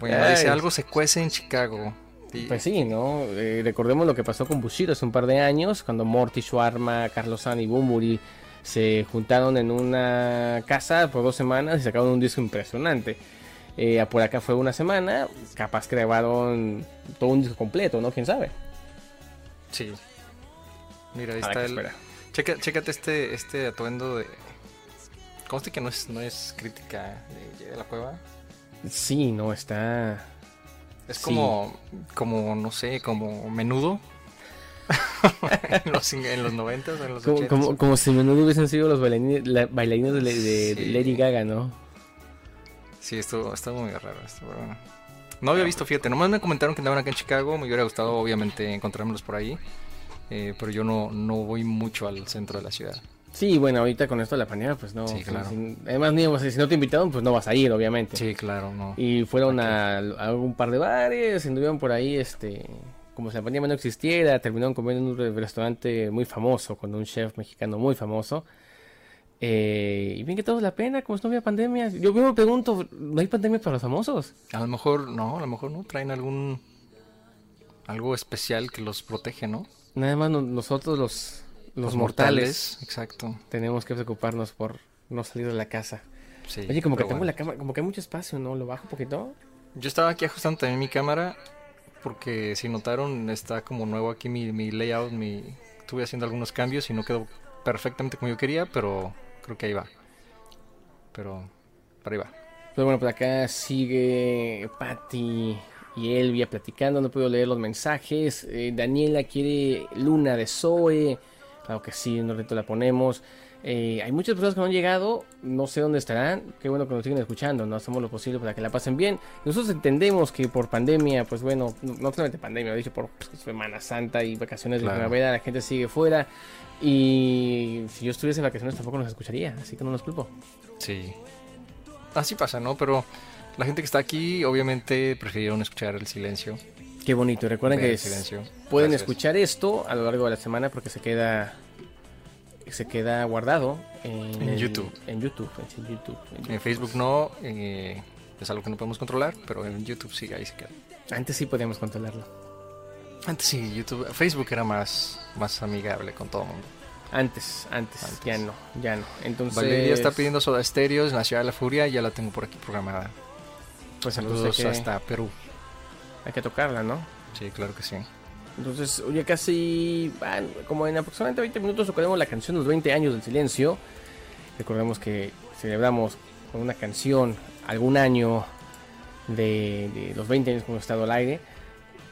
Bueno,
Ay.
dice algo se cuece en Chicago. Y-
Pues sí, ¿no? Eh, recordemos lo que pasó con Bushido hace un par de años, cuando Morty, Shuarma, Carlos San y Bumburi se juntaron en una casa por dos semanas y sacaron un disco impresionante. Eh, por acá fue una semana, capaz que grabaron todo un disco completo, ¿no? ¿Quién sabe?
Sí. Mira, ahí
Habrá
está
que
el.
esperar.
Checa, chécate este, este atuendo de. Conste que no es, no es crítica de, Jay de la cueva.
Sí, no, está...
Es
Sí.
como, como, no sé, como menudo. en, los, cin- en los 90 en los
Como,
80s.
como, como si menudo hubiesen sido los bailarines, la- bailarines de, de- de
Sí.
Lady Gaga, ¿no?
Sí, esto está muy raro esto, pero bueno. No
Ah,
había
pues,
visto, fíjate, nomás me comentaron que andaban acá en Chicago, me hubiera gustado obviamente encontrármelos por ahí, eh, pero yo no, no voy mucho al centro de la ciudad.
Sí, bueno, ahorita con esto de la pandemia, pues no.
Sí, claro.
si- además, ni- o sea, si no te invitaron, pues no vas a ir, obviamente.
Sí, claro, no.
Y fueron a, a un par de bares, anduvieron por ahí, este, como si la pandemia no existiera, terminaron comiendo en un re- restaurante muy famoso, con un chef mexicano muy famoso. Eh, y bien que todo es la pena, como si no hubiera pandemia. Yo me pregunto, ¿no hay pandemia para los famosos?
A lo mejor, no, a lo mejor no, traen algún... Algo especial que los protege, ¿no?
Nada más no- nosotros los, los, mortales,
Exacto.
tenemos que preocuparnos por no salir de la casa.
Sí,
Oye, como que
pero
tengo
bueno.
la cámara, como que hay mucho espacio, ¿no? Lo bajo un poquito.
Yo estaba aquí ajustando también mi cámara, porque si notaron, está como nuevo aquí mi, mi layout, mi... Estuve haciendo algunos cambios y no quedó perfectamente como yo quería, pero creo que ahí va. Pero, pero ahí va.
Pero Pues bueno, por acá sigue Patty y Elvia platicando, no puedo leer los mensajes. Eh, Daniela quiere Luna de Zoe, claro que sí, en un reto la ponemos. Eh, hay muchas personas que no han llegado, no sé dónde estarán, qué bueno que nos siguen escuchando, no hacemos lo posible para que la pasen bien. Nosotros entendemos que por pandemia, pues bueno, no, no solamente pandemia, lo he dicho por pues, Semana Santa y vacaciones
Claro.
de primavera, la gente sigue fuera y si yo estuviese en vacaciones tampoco nos escucharía, así que no nos culpo.
Sí. Así pasa, ¿no? Pero la gente que está aquí, obviamente, prefirieron escuchar el silencio.
Qué bonito, recuerden
Ver
que
el
es-
silencio.
pues, pueden
Gracias.
escuchar esto a lo largo de la semana porque se queda se queda guardado en,
En
el-
YouTube.
En YouTube, en YouTube, en YouTube.
En Facebook no, eh, es algo que no podemos controlar, pero en YouTube sí, ahí se queda.
Antes sí podíamos controlarlo.
Antes sí, YouTube, Facebook era más, más amigable con todo el mundo.
Antes, antes,
Antes.
ya no, ya no. Entonces,
Valeria está pidiendo Soda Stereos en la Ciudad de la Furia, ya la tengo por aquí programada.
pues
Saludos
entonces hay que,
hasta Perú.
hay que tocarla, ¿no?
Sí, claro que sí.
Entonces, ya casi, ah, como en aproximadamente 20 minutos tocaremos la canción Los 20 años del silencio. Recordemos que celebramos con una canción algún año de, de los 20 años que hemos estado al aire.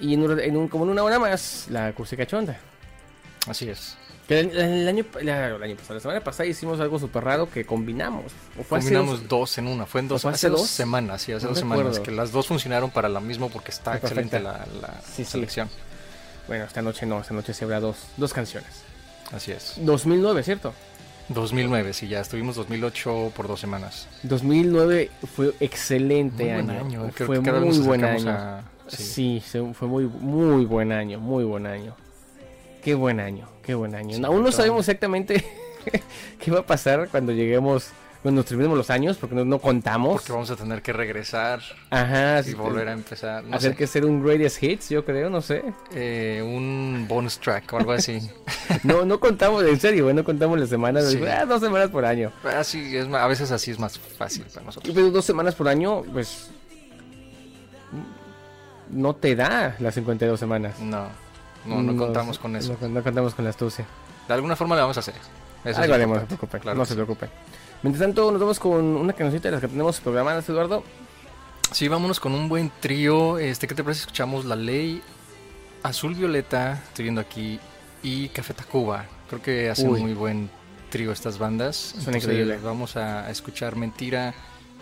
Y en, un- en un- como en una hora más, la acústica chonda.
Así es.
Que el, el año, la, el año pasado, la semana pasada hicimos algo súper raro que combinamos. O fue hace
Combinamos
dos-
dos en una, fue en
¿O
dos,
fue
hace
hace
dos,
dos?
semanas, sí, hace
No
dos semanas,
recuerdo.
que las dos funcionaron para la mismo porque está
Ah,
excelente la,
perfecta.
la
Sí, sí.
selección.
Bueno, esta noche no, esta noche se habrá dos, dos canciones.
Así es.
2009, ¿cierto?
2009, sí, ya estuvimos 2008 por dos semanas.
2009 fue excelente
Muy buen
año.
año, eh, creo
Fue
que cada vez
muy
nos
buen
acercamos
año.
a- sí.
Sí, se- fue muy, muy buen año, muy buen año. Qué buen año, qué buen año.
Sí,
Aún no
todo.
sabemos exactamente qué va a pasar cuando lleguemos, cuando nos terminemos los años, porque no, no contamos.
Porque vamos a tener que regresar
Ajá,
y
sí,
volver a empezar. No
hacer
sé,
que ser un greatest hits, yo creo, no sé.
eh, un bonus track o algo así.
No, no contamos, en serio, güey, no contamos las semanas,
Sí.
ah, dos semanas por año.
así Ah, es, ma- a veces así es más fácil para
Y
nosotros.
pero dos semanas por año, pues no te da las 52 semanas.
No, no,
Mm,
no contamos con eso.
No, no contamos con la astucia.
De alguna forma le vamos a hacer. Eso
Algo
es
haremos, no se
importante,
preocupen.
claro
no
que
se
sí.
preocupen. Mientras tanto, nos vamos con una cancioncita de las que tenemos programadas, Eduardo.
Sí, vámonos con un buen trío. Este, ¿qué te parece? si Escuchamos La Ley, Azul Violeta, estoy viendo aquí, y Café Tacuba. Creo que hacen
Uy.
muy buen trío estas bandas. Entonces,
increíbles.
Vamos a escuchar Mentira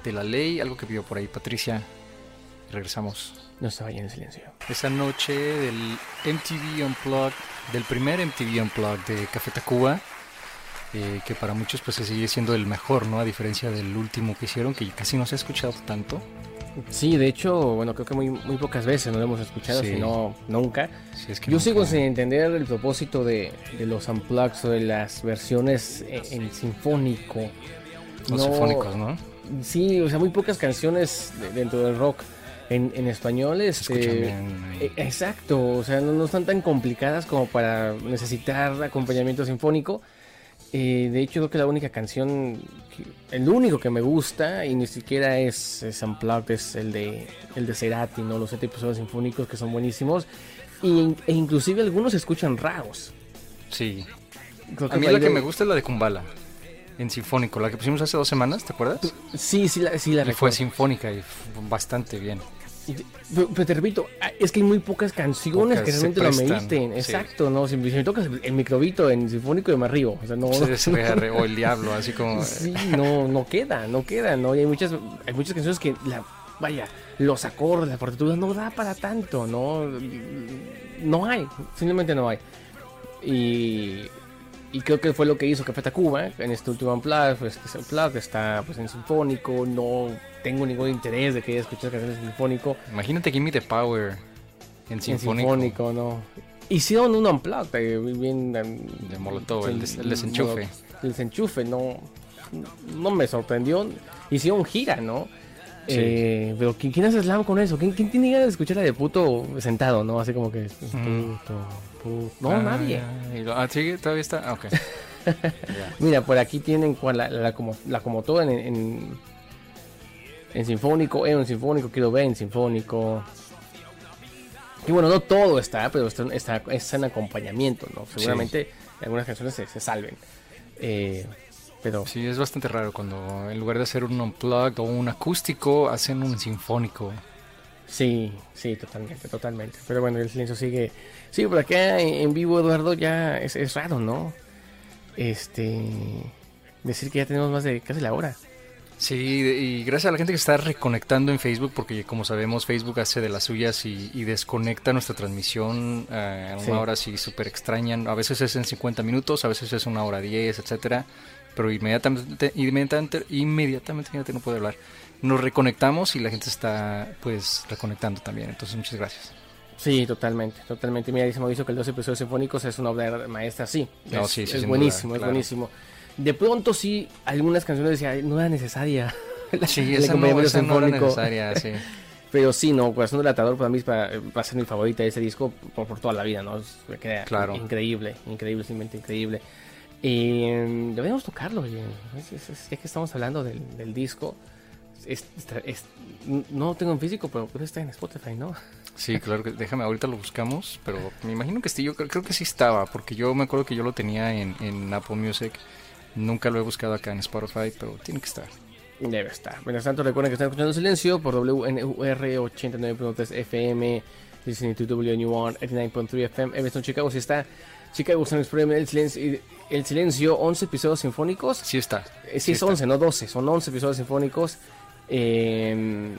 de La Ley, algo que pidió por ahí Patricia. Y regresamos.
No se vayan en silencio.
Esa noche del MTV Unplugged, del primer MTV Unplugged de Café Tacuba, eh, que para muchos pues se sigue siendo el mejor, ¿no? A diferencia del último que hicieron, que casi no se ha escuchado tanto.
Sí, de hecho, bueno, creo que muy, muy pocas veces no lo hemos escuchado,
Sí.
si no, nunca.
Si es que
Yo
nunca-
sigo sin entender el propósito de, de los unplugs o de las versiones e, en, en sinfónico.
Los
No-
sinfónicos, ¿no?
Sí, o sea, muy pocas canciones de- dentro del rock en, en español.
Se
Este,
escuchan bien. ahí.
e- Exacto, o sea, no, no están tan complicadas como para necesitar acompañamiento sinfónico. Eh, de hecho, creo que la única canción, que- el único que me gusta, y ni siquiera es, es unplugged, es el de, el de Cerati, ¿no? Los siete episodios sinfónicos que son buenísimos. Y- e inclusive algunos se escuchan raros.
Sí.
Creo
A
por
mí la
ahí
que
de-
me gusta es la de Kumbala, en sinfónico, la que pusimos hace dos semanas, ¿te acuerdas?
Sí, sí la, sí la
Y fue
recuerdo.
sinfónica y f- bastante bien.
Y te- Pero, pero te repito, ah, es que hay muy pocas canciones
Pocas
que
se
realmente lo
prestan,
mediten.
sí.
Exacto, ¿no? Si, me- si me tocas el microbito en sinfónico y me río. O sea, no,
Se despeja, o el diablo, así como...
Oh. sí, no, no queda, no queda, ¿no? Y hay muchas, hay muchas canciones que, la, vaya, los acordes, la partitura no da para tanto, ¿no? No hay, simplemente no hay. Y, y creo que fue lo que hizo Café Tacuba en este último Unplugged, pues, que es Unplugged, está pues en sinfónico, no tengo ningún interés de que escuchar canciones en sinfónico.
Imagínate Gimme the Power en
En
sinfónico.
sinfónico, no. Hicieron un unplugged, eh, bien... em,
De Molotov, el des- el desenchufe.
El desenchufe, no... No me sorprendió. Hicieron gira, ¿no?
Sí.
Eh, pero ¿quién, quién hace slam con eso? ¿Quién, quién tiene ganas de escucharla de puto sentado, no? Así como que...
Mm.
Puto, puto. No,
Ah,
nadie.
y lo- Ah, sí, todavía está. Ah, ok. Ya.
Mira, por aquí tienen cual- la, la, como, la como toda en, en, en Sinfónico, eh, en Sinfónico, quiero ver en Sinfónico. Y bueno, no todo está, pero está, está, está en acompañamiento, ¿no? Seguramente algunas canciones se, se salven. Eh, pero
Sí, es bastante raro cuando en lugar de hacer un unplugged o un acústico, hacen un sinfónico.
sí, sí, totalmente, totalmente. Pero bueno, el silencio sigue. Sí, por acá en, en vivo, Eduardo, ya es, es raro, ¿no? Este. Decir que ya tenemos más de casi la hora.
Sí, de- y gracias a la gente que está reconectando en Facebook, porque como sabemos, Facebook hace de las suyas y, y desconecta nuestra transmisión eh, a una
Sí.
hora así súper extraña. A veces es en 50 minutos, a veces es una hora 10, etcétera. Pero inmediatamente, inmediatamente, inmediatamente, fíjate, no puedo hablar. Nos reconectamos y la gente está, pues, reconectando también. Entonces, muchas gracias.
Sí, totalmente, totalmente. Mira, dice Mauricio que el 12 episodios sinfónicos es una obra de- maestra, sí.
No,
es,
sí, sí,
es
sin
buenísimo,
duda,
es
claro.
buenísimo. De pronto sí, algunas canciones decía, no era necesaria.
Sí,
el
esa no,
acompañamiento
esa no era
sinfónico.
necesaria, sí.
Pero sí, no, Corazón del Atador para mí es para- va a ser mi favorita de ese disco por, por toda la vida, ¿no? Es- me queda
Claro.
increíble, increíble, simplemente increíble. Y mm, deberíamos tocarlo, oye. Es- es- es- ya que estamos hablando del, del disco, es- está- es- no lo tengo en físico, pero creo que está en Spotify, ¿no?
Sí, claro que déjame, ahorita lo buscamos, pero me imagino que sí, yo creo, creo que sí estaba, porque yo me acuerdo que yo lo tenía en, en Apple Music, nunca lo he buscado acá en Spotify, pero tiene que estar.
Debe estar. Mientras tanto, recuerden que están escuchando Silencio por WNUR 89.3 FM, listening to WNUR 89.3 FM, Evanston, Chicago. Si está Chicago, San Experiment, el silencio, el silencio, 11 episodios sinfónicos.
Sí está.
Eh, Sí,
sí
es
está.
11, no 12, son 11 episodios sinfónicos. Eh,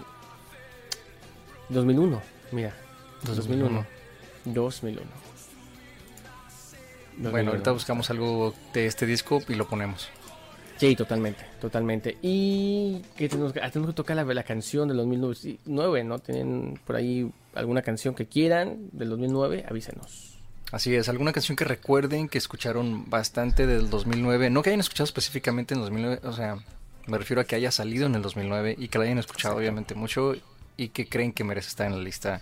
2001, mira, 2001. 2001.
Bueno,
2001.
ahorita buscamos algo de este disco y lo ponemos.
Sí, totalmente, totalmente. Y que tenemos que, ah, tenemos que tocar la, la canción del 2009, ¿no? Tienen por ahí alguna canción que quieran del 2009, avísenos.
Así es, alguna canción que recuerden que escucharon bastante del 2009, no que hayan escuchado específicamente en 2009, o sea, me refiero a que haya salido en el 2009 y que la hayan escuchado obviamente mucho y que creen que merece estar en la lista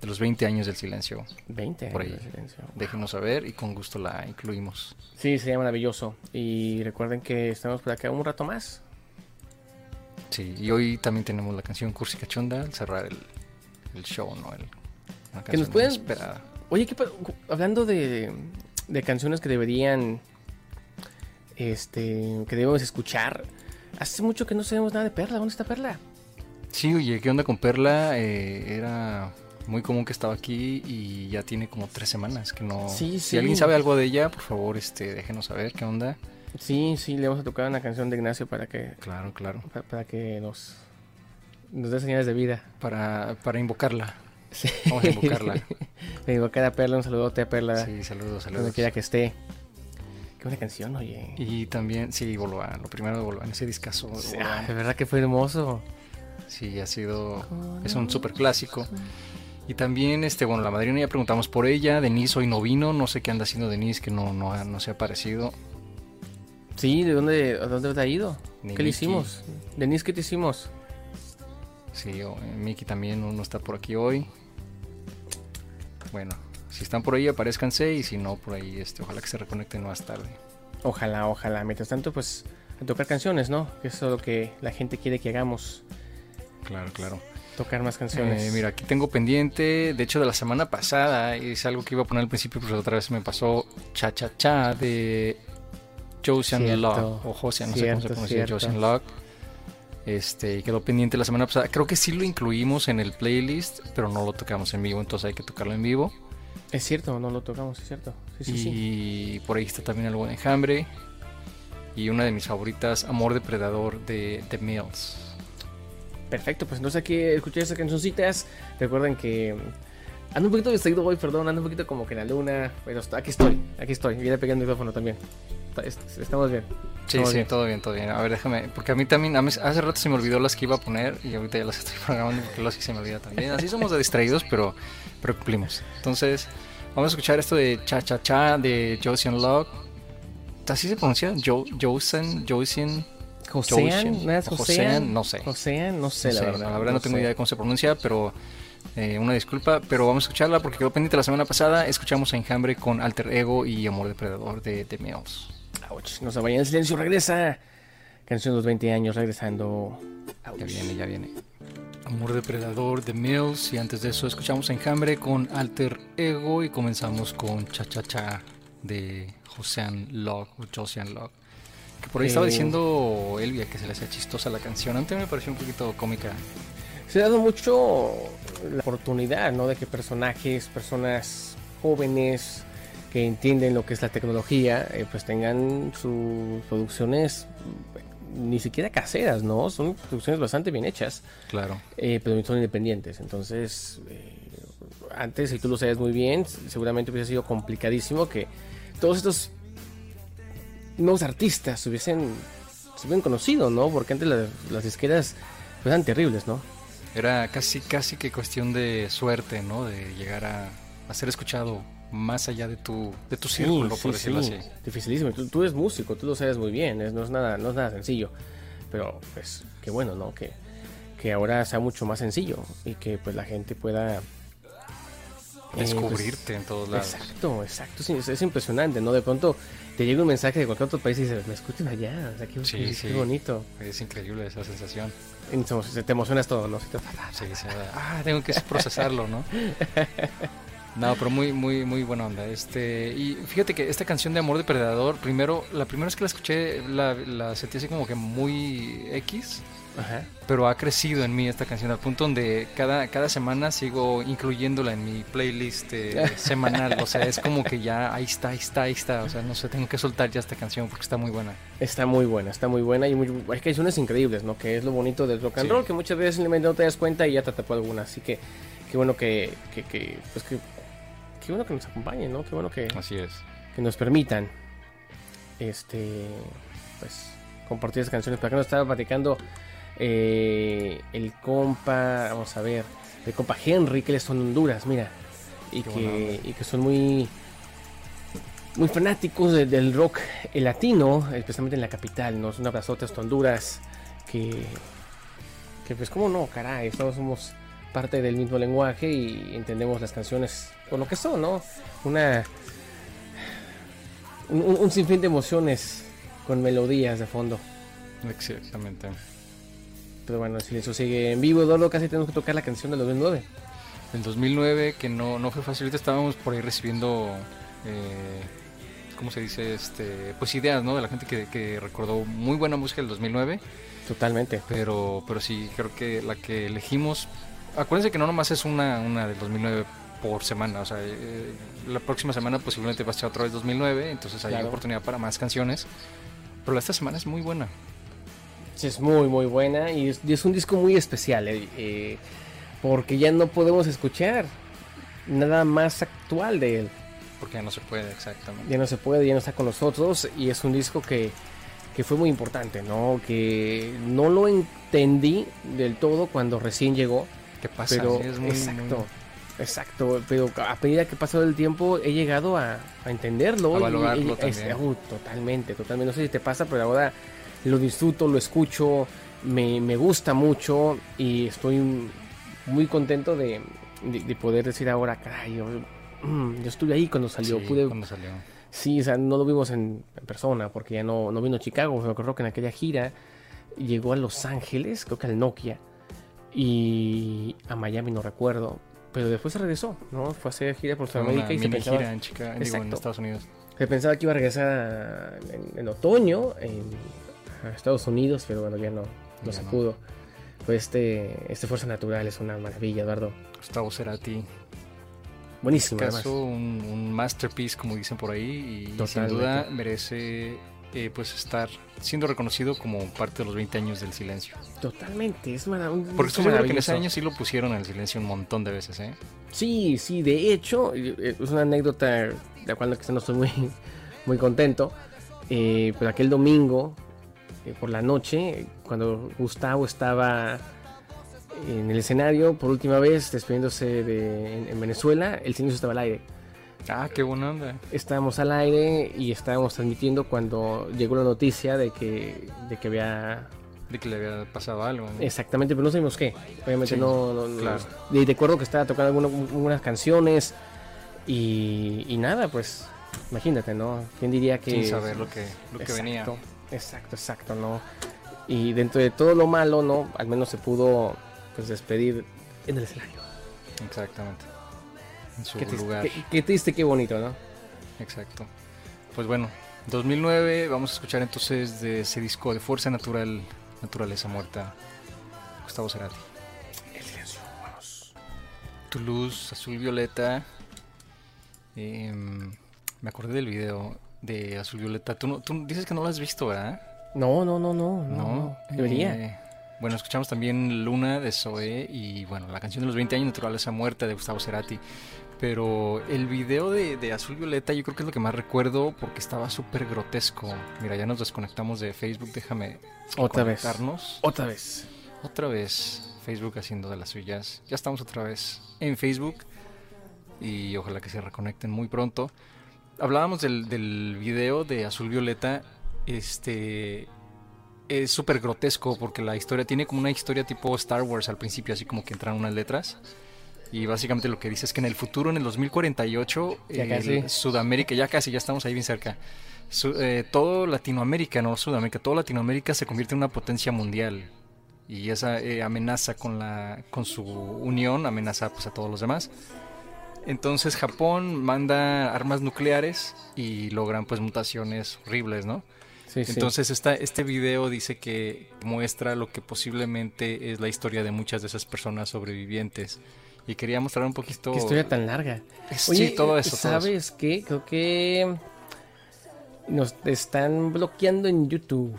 de los 20 años del silencio.
20
Por
años
ahí.
de silencio.
Déjenos saber y con gusto la incluimos.
Sí, sería maravilloso. Y recuerden que estamos por acá un rato más.
Sí, y hoy también tenemos la canción Cursi Cachonda al cerrar el, el show, ¿no? El- una
Que nos
canción
pueden-
esperada.
Oye, ¿qué pa- cu- hablando de, de canciones que deberían, este, que debemos escuchar, hace mucho que no sabemos nada de Perla. ¿Dónde está Perla?
Sí, oye, ¿qué onda con Perla? Eh, era muy común que estaba aquí y ya tiene como tres semanas que no...
Sí, sí.
Si alguien sabe algo de ella, por favor, este, déjenos saber qué onda.
Sí, sí, le vamos a tocar una canción de Ignacio para que,
Claro, claro.
pa- para que nos, nos dé señales de vida.
Para, para invocarla. Vamos a invocarla.
Le digo, cada Perla, un saludote a Perla,
Sí, saludos,
donde
saludos.
quiera que esté. Qué buena canción, oye.
Y también, sí, Boloán, lo primero de Boloán, ese discazo de
O sea,
Boloán.
de verdad que fue hermoso.
Sí, ha sido. Es un súper clásico. Y también, este, bueno, la madrina ya preguntamos por ella. Denise hoy no vino. No sé qué anda haciendo Denise, que no, no, ha- no se ha aparecido.
Sí, ¿de dónde, a dónde te ha ido? ¿Qué
Ni Nicky.
le hicimos? Denise, ¿qué te hicimos?
Sí, o- eh, Mickey también no, no está por aquí hoy. Bueno, si están por ahí, aparezcanse. Y si no, por ahí, este, ojalá que se reconecten más tarde.
Ojalá, ojalá. Mientras tanto, pues a tocar canciones, ¿no? Que eso es lo que la gente quiere que hagamos.
Claro, claro.
Tocar más canciones.
Eh, mira, aquí tengo pendiente, de hecho de la semana pasada, es algo que iba a poner al principio, pero otra vez me pasó Cha Cha Cha de Josian
Cierto,
Locke, o Josian, no sé
cierto,
cómo se pronuncia,
cierto.
Josian Locke. Este, y quedó pendiente la semana pasada. Creo que sí lo incluimos en el playlist, pero no lo tocamos en vivo, entonces hay que tocarlo en vivo.
Es cierto, no lo tocamos, es cierto. Sí, sí,
y
sí.
por ahí está también algo de Enjambre. Y una de mis favoritas, Amor Depredador de The Mills.
Perfecto, pues entonces aquí escuché esas cancioncitas. Recuerden que. Ando un poquito distraído hoy, perdón, ando un poquito como que en la luna. Pero est- aquí estoy, aquí estoy. Y ya le pegué el micrófono también. Está- est- Estamos bien.
Sí,
Todo
sí,
bien.
todo bien, todo bien. A ver, déjame, porque a mí también, a mí hace rato se me olvidó las que iba a poner y ahorita ya las estoy programando porque las que se me olvida también. Así somos de distraídos, pero, pero cumplimos. Entonces, vamos a escuchar esto de Cha Cha Cha de Josian Locke. ¿Así se pronuncia? Jo, Josian, Josian,
Josean, ¿no es
Josean,
Josean?
no sé.
Josean, no sé,
No
la
sé,
verdad.
la verdad no tengo
sé.
idea de cómo se pronuncia, pero eh, una disculpa. Pero vamos a escucharla porque quedó pendiente la semana pasada. Escuchamos a Enjambre con Alter Ego y Amor Depredador de The Mills.
Ouch, no se vayan en silencio, regresa. Canción de los 20 años, regresando. Ouch.
Ya viene, ya viene. Amor depredador de Mills y antes de eso escuchamos Enjambre con Alter Ego y comenzamos con Cha Cha Cha de Josean Locke o Josian Locke. Que por ahí estaba
Eh.
diciendo Elvia que se le hacía chistosa la canción. Antes me pareció un poquito cómica.
se ha dado mucho la oportunidad, ¿no? De que personajes, personas jóvenes que entienden lo que es la tecnología, eh, pues tengan sus producciones mm, ni siquiera caseras, ¿no? Son producciones bastante bien hechas,
Claro.
eh, pero son independientes. Entonces, eh, antes, si tú lo sabes muy bien, seguramente hubiese sido complicadísimo que todos estos nuevos artistas se hubiesen, se hubieran conocido, ¿no? Porque antes las, las disqueras pues, eran terribles, ¿no?
Era casi, casi que cuestión de suerte, ¿no? De llegar a, a ser escuchado más allá de tu, de tu círculo, por decirlo
Eh,
así.
Dificilísimo. Tú, tú eres músico, tú lo sabes muy bien, es- no, es nada, no es nada sencillo. Pero pues qué bueno, ¿no? Que, que ahora sea mucho más sencillo y que pues la gente pueda... eh, pues,
Descubrirte en todos lados.
Exacto, exacto. Sí, es, es impresionante, ¿no? De pronto te llega un mensaje de cualquier otro país y dices, me escuchen allá, o sea, qué,
Sí,
qué- qué
sí.
bonito.
Es increíble esa sensación.
Y te emo- te emocionas todo, ¿no? Sí, te-
Sí, sí, ah, tengo que procesarlo, ¿no? No, pero muy, muy, muy buena onda. Este, y fíjate que esta canción de Amor Depredador, primero, la primera vez que la escuché, la, la sentí así como que muy X,
Ajá.
pero ha crecido en mí esta canción al punto donde cada, cada semana sigo incluyéndola en mi playlist eh, semanal. O sea, es como que ya ahí está, ahí está, ahí está. O sea, no sé, tengo que soltar ya esta canción porque está muy buena.
Está muy buena, está muy buena y muy, hay canciones increíbles, ¿no? Que es lo bonito del rock and
Sí.
roll, que muchas veces simplemente no te das cuenta y ya te tapó alguna. Así que, qué bueno que, que, que- pues que, qué bueno que nos acompañen, ¿no? Qué bueno que,
Así es.
que nos permitan, este, pues, compartir esas canciones. Para que nos estaba platicando eh, el compa, vamos a ver, el compa Henry, que él es de Honduras, mira. Y
Qué buena
que, y que son muy, muy fanáticos de- del rock eh, latino, especialmente en la capital, ¿no? Un abrazote hasta Honduras, que, que pues cómo no, caray, todos somos parte del mismo lenguaje y entendemos las canciones por lo que son, ¿no? Una... Un, un- un sinfín de emociones con melodías de fondo.
Exactamente.
Pero bueno, el silencio sigue en vivo, Eduardo, casi tenemos que tocar la canción del 2009.
El 2009, que no, no fue fácil, ahorita estábamos por ahí recibiendo, eh, ¿cómo se dice? Este, pues ideas, ¿no? De la gente que, que recordó muy buena música del 2009,
Totalmente.
pero, pero sí, creo que la que elegimos, acuérdense que no nomás es una, una del 2009 por semana, o sea, eh, la próxima semana posiblemente va a ser otra vez 2009, entonces hay
Claro.
oportunidad para más canciones, pero esta semana es muy buena.
Sí, es muy, muy buena y es, y es un disco muy especial, eh, eh, porque ya no podemos escuchar nada más actual de él.
Porque ya no se puede, exactamente.
ya no se puede, ya no está con nosotros y es un disco que, que fue muy importante, ¿no? Que no lo entendí del todo cuando recién llegó,
¿Qué pasa?
pero
Sí, es muy- muy-
exacto, exacto, pero a medida que ha pasado el tiempo he llegado a, a entenderlo.
A valorarlo
es-
también.
uh, totalmente, totalmente, no sé si te pasa, pero ahora lo disfruto, lo escucho, me, me gusta mucho y estoy muy contento de, de- de poder decir ahora, caray, yo, mm, yo estuve ahí cuando salió,
Sí,
pude
cuando salió.
Sí, o sea, no lo vimos en, en persona porque ya no, no vino a Chicago. Me acuerdo que en aquella gira llegó a Los Ángeles, creo que al Nokia, y a Miami no recuerdo. Pero después se regresó, ¿no? Fue a hacer gira por
Fue una
Sudamérica y se
mini
pensaba,
gira en, Chica- digo, en
Exacto.
Estados Unidos.
se pensaba que iba a regresar a- en, en otoño en, a Estados Unidos, pero bueno, ya no, no
Ya
se
no.
pudo. Pues este, este Fuerza Natural es una maravilla, Eduardo.
Gustavo Cerati.
Buenísimo, además.
Caso un, un masterpiece, como dicen por ahí, y sin
Totalmente.
duda merece eh, pues estar siendo reconocido como parte de los 20 años del silencio.
Totalmente, es mara- un
Porque
disco
estoy seguro que en ese
Mm, maravilloso.
año sí lo pusieron en el silencio un montón de veces, ¿eh?
Sí, sí, de hecho, eh, es una anécdota de la cual quizá no estoy muy, muy contento, eh, pero aquel domingo eh, por la noche, cuando Gustavo estaba en el escenario por última vez despidiéndose de, en, en Venezuela, el silencio estaba al aire.
Ah, qué buena onda.
Estábamos al aire y estábamos transmitiendo cuando llegó la noticia de que, de que había
De que le había pasado algo. ¿no?
Exactamente, pero no sabemos qué. Obviamente
Sí,
no. no- no-
claro.
Y recuerdo que estaba tocando alguna- algunas canciones y, y nada, pues imagínate, ¿no? ¿Quién diría que.
Sin saber lo que, lo que venía.
Exacto, Exacto, exacto, ¿no? Y dentro de todo lo malo, ¿no? Al menos se pudo pues despedir en el escenario.
Exactamente. En su
Qué triste,
lugar.
qué, qué triste, qué bonito, ¿no?
Exacto. Pues bueno, 2009 vamos a escuchar entonces de ese disco de Fuerza Natural, Naturaleza Muerta, Gustavo Cerati.
El silencio, vamos.
Tu luz azul violeta. em, Me acordé del video de Azul Violeta. Tú, no- tú dices que no lo has visto, ¿verdad?
No, no, no, no. No. no. Debería.
eh, bueno, escuchamos también Luna de Zoe y bueno, la canción de los 20 años naturaleza muerta de Gustavo Cerati. Pero el video de, de Azul Violeta yo creo que es lo que más recuerdo porque estaba súper grotesco. Mira, ya nos desconectamos de Facebook, déjame
Otra vez.
conectarnos.
Otra vez.
Otra vez Facebook haciendo de las suyas. Ya estamos otra vez en Facebook y ojalá que se reconecten muy pronto. Hablábamos del, del video de Azul Violeta. Este es súper grotesco porque la historia tiene como una historia tipo Star Wars al principio, así como que entran unas letras. Y básicamente lo que dice es que en el futuro, en el 2048,
Ya
el-
casi.
Sudamérica, ya casi, ya estamos ahí bien cerca. Su- eh, todo Latinoamérica, no Sudamérica, todo Latinoamérica se convierte en una potencia mundial. Y esa eh, amenaza con, la, con su unión, amenaza pues, a todos los demás. Entonces Japón manda armas nucleares y logran pues mutaciones horribles, ¿no?
Sí, sí.
Entonces esta, este video dice que muestra lo que posiblemente es la historia de muchas de esas personas sobrevivientes. Y quería mostrar un poquito...
Qué historia tan larga.
Sí,
Oye,
todo eso. todo eso.
¿Sabes qué? Creo que nos están bloqueando en YouTube.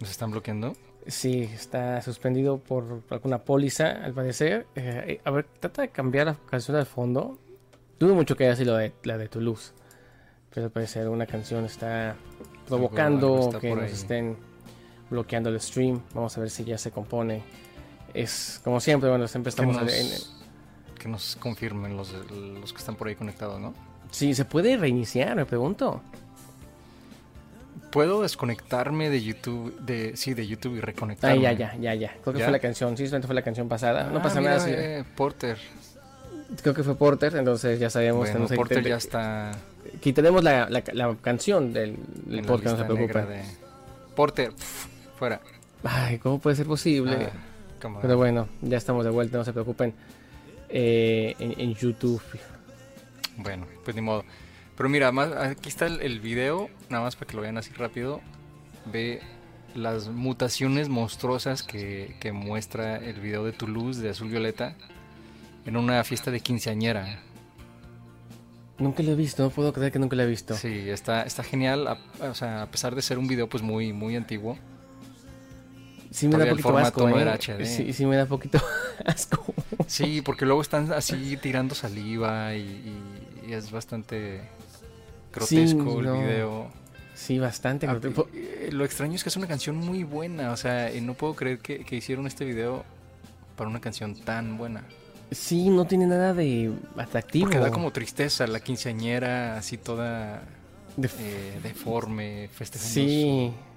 ¿Nos están bloqueando?
Sí, está suspendido por alguna póliza, al parecer. Eh, a ver, trata de cambiar la canción al fondo. Dudo mucho que haya sido la de, la de Toulouse. Pero al parecer una canción está provocando
algo está
que
por
nos
ahí.
estén bloqueando el stream. Vamos a ver si ya se compone. Es como siempre, bueno, siempre
Que
estamos...
nos,
en- en-
que nos confirmen los, los que están por ahí conectados, ¿no?
Sí, ¿se puede reiniciar? Me pregunto.
¿Puedo desconectarme de YouTube? De, sí, de YouTube y
Ah,
reconectarme.
ya, ya, ya, ya. Creo que
¿Ya?
fue la canción, sí, solamente fue la canción pasada. No
Ah,
pasa
mira,
nada. sí.
eh, Porter.
Creo que fue Porter, entonces ya sabemos.
Bueno,
tenemos que
Porter
quiten-
ya está
Quitaremos la, la, la canción del, del
en la
podcast, no se
lista negra
preocupen.
de- Porter, pf, fuera.
Ay, ¿cómo puede ser posible?
Ah, come on.
Pero bueno, ya estamos de vuelta, no se preocupen. Eh, en, en YouTube.
Bueno, pues ni modo. Pero mira, más, aquí está el, el video, nada más para que lo vean así rápido. Ve las mutaciones monstruosas que, que muestra el video de Toulouse de Azul Violeta en una fiesta de quinceañera.
Nunca lo he visto, no puedo creer que nunca lo he visto.
Sí, está, está genial, a, o sea, a pesar de ser un video pues muy, muy antiguo.
Sí me da
Todavía el
poquito
formato
asco,
no
¿eh?
era HD.
Sí, sí me da poquito asco.
Sí, porque luego están así tirando saliva y, y- y es bastante grotesco el
no.
video.
Sí, bastante.
Ah,
creo que-
eh, Lo extraño es que es una canción muy buena, o sea, eh, no puedo creer que, que hicieron este video para una canción tan buena.
Sí, no tiene nada de atractivo.
Porque da como tristeza la quinceañera así toda
de-
eh, deforme, festejando
Sí.
su-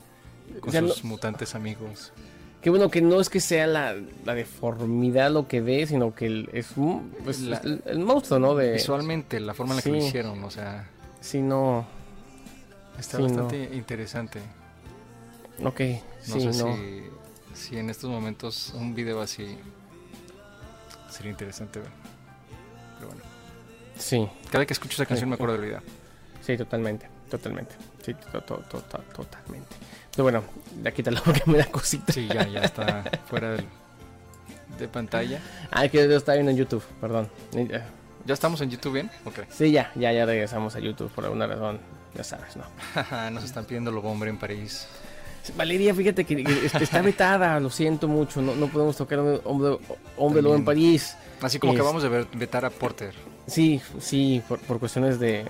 O
con
sea, no-
sus mutantes amigos.
Qué bueno que no es que sea la, la deformidad lo que dé, sino que el- es un- pues,
La-
el, el monstruo, ¿no? De,
Visualmente, la forma en la que lo
sí.
hicieron, o sea,
Sí, no.
está
Sí, no.
bastante interesante.
Ok,
No
sí,
sé
no.
Si, si en estos momentos un video así sería interesante ver. Pero bueno,
Sí,
cada que escucho esa canción me acuerdo del video.
sí, totalmente. Totalmente. Sí, to- to- to- to- totalmente. Pero bueno, ya quítalo porque me da cosita.
Sí, ya, ya está fuera del- de pantalla.
Ah, que lo está viendo en YouTube, perdón. Y ya.
¿Ya estamos en YouTube bien? Ok.
Sí, ya, ya, ya regresamos a YouTube por alguna razón. Ya sabes, ¿no?
Jaja, Nos están pidiendo lo hombre en París.
Valeria, fíjate que, que es- está vetada, lo siento mucho. No, no podemos tocar hombre, hombre, hombre lobo en
También.
París.
Así como
Es-
acabamos de ver, vetar a Porter.
Sí, sí, por, por cuestiones de,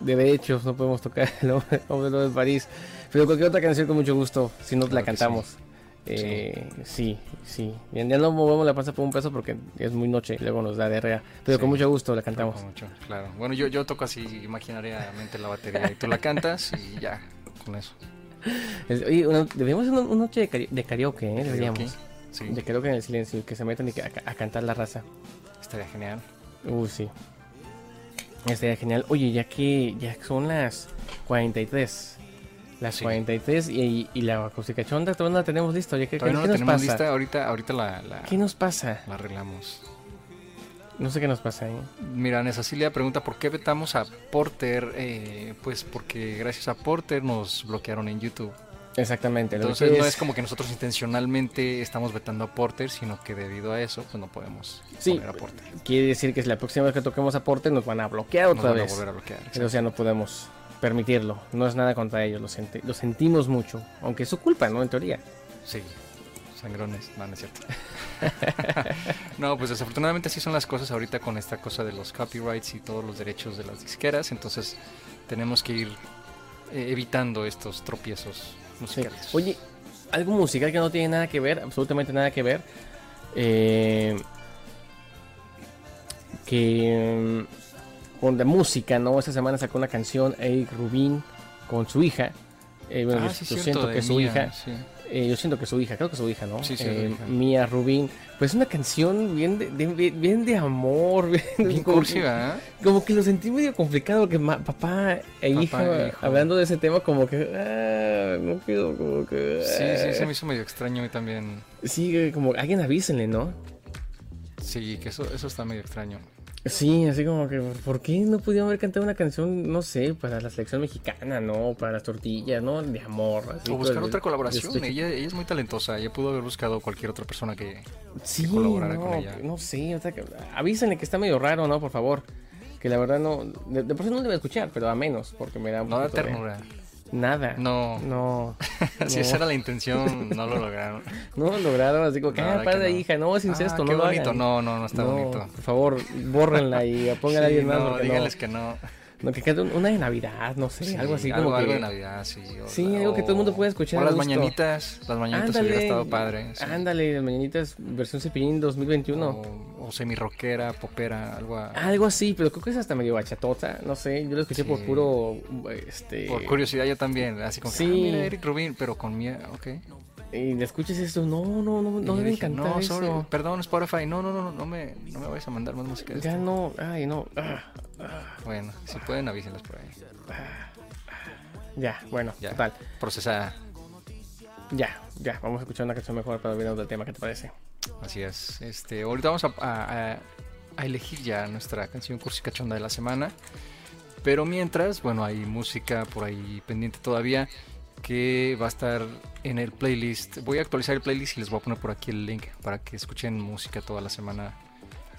de derechos no podemos tocar el hombre, el hombre lobo en París. Pero cualquier otra canción con mucho gusto, si no la
Claro que
cantamos. Eh, sí, sí. Bien, ya no movemos la panza por un peso porque es muy noche y luego nos da diarrea. Pero
Sí.
con mucho gusto la cantamos.
Con mucho, claro. Bueno, yo, yo toco así imaginariamente la batería y tú la cantas y ya, con eso.
Es- Oye, una- deberíamos hacer una, una noche de, karaoke- de karaoke, ¿eh? Deberíamos.
Karaoke, Sí,
De karaoke en el silencio, y que se metan y que a, a cantar la raza.
estaría genial.
Uh, sí. Estaría genial. Oye, ya que ya que son las 43. Las
Sí.
43 y, y la acústica chonda todavía no la tenemos lista. Oye, ¿qué,
Todavía no
qué
la
nos
tenemos
pasa?
lista, ahorita, ahorita la, la-
¿Qué nos pasa?
la arreglamos.
No sé qué nos pasa, ¿eh?
Mira, Ana Cecilia pregunta por qué vetamos a Porter. Eh, pues porque gracias a Porter nos bloquearon en YouTube.
Exactamente. lo que
Entonces no
es-
es como que nosotros intencionalmente estamos vetando a Porter, sino que debido a eso, pues no podemos
Sí.
poner a Porter.
Quiere decir que si la próxima vez que toquemos aporte nos van a bloquear
Nos
otra
van a
vez.
volver a bloquear.
Pero, o sea, no podemos permitirlo. No es nada contra ellos, lo, senti- lo sentimos mucho. Aunque es su culpa, ¿no? En teoría.
Sí, sangrones, no, no es cierto. no, pues desafortunadamente así son las cosas ahorita con esta cosa de los copyrights y todos los derechos de las disqueras, entonces tenemos que ir eh, evitando estos tropiezos
Sí.
musicales.
Oye, algo musical que no tiene nada que ver, absolutamente nada que ver. eh, que mm, con la música, ¿no? Esta semana sacó una canción Eric Rubin con su hija. Eh, bueno,
Ah,
yo,
sí, es
yo
cierto,
siento
de
que su
Mia,
hija,
sí.
eh, yo siento que su hija, creo que su hija, ¿no?
Sí, sí,
Eh,
su hija.
Mia Rubin, pues una canción bien de, de- bien- bien de amor, bien,
Bien
como-
cursiva, ¿eh?
como que lo sentí medio complicado porque ma- papá e
Papá
hija
e hijo.
hablando de ese tema como que ah, no quiero como que ah.
Sí, sí, se me hizo medio extraño y también...
Sí, eh, como alguien avísenle, ¿no?
Sí, que eso, eso está medio extraño.
Sí, así como que ¿por qué no pudieron haber cantado una canción, no sé, para la selección mexicana, no, para las tortillas, no, de amor, así,
O buscar
pues,
otra
de-
colaboración.
de-
Ella, ella es muy talentosa. Ella pudo haber buscado cualquier otra persona que.
Sí,
colaborara
no,
con ella.
no sé, o sea, que- avísenle que está medio raro, ¿no? Por favor. Que la verdad no, de, de por sí no le voy a escuchar, pero a menos, porque me da un
No da
poquito de-
ternura.
Nada.
No.
No.
si esa era la intención, no lo lograron.
No, lograron así como que,
La
ah,
verdad que
padre,
no.
hija, no, es incesto, no
Ah, qué
lo
bonito.
hagan.
No, no, no está bonito.
Por favor, bórrenla y pónganla a
Sí,
alguien más.
no,
porque
díganles que no.
No, que cante un- una de Navidad, no sé,
Sí,
algo así
Algo,
como
algo
que...
de Navidad, sí. o-
Sí, algo que todo el mundo pueda escuchar
O
a
las
gusto.
mañanitas. Las mañanitas hubiera estado padre. sí. Oh.
ándale, las mañanitas versión Cepillín 2021.
O, o semirroquera, popera, algo. a-
Algo así, pero creo que es hasta medio bachatota, no sé, yo lo escuché por
Sí.
puro, este...
Por curiosidad, yo también. Así como, que,
Sí.
ah, mira, Eric Rubin, pero con mía, ok.
Y le escuchas esto, no, no, no,
Y
no
yo
deben
dije,
cantar
no,
eso.
sorry, perdón, Spotify. No, no, no, no, no me, no me vayas a mandar más música. de
Ya no, ay, no, ah,
esta. Bueno, si pueden, avísenlas por ahí.
ya, bueno,
Ya.
total,
Procesada.
ya, ya, vamos a escuchar una canción mejor para olvidarnos del tema, ¿qué te parece?
Así es. Este, ahorita vamos a, a- a- a elegir ya nuestra canción cursi cachonda de la semana. Pero mientras, bueno, hay música por ahí pendiente todavía que va a estar en el playlist. Voy a actualizar el playlist y les voy a poner por aquí el link para que escuchen música toda la semana.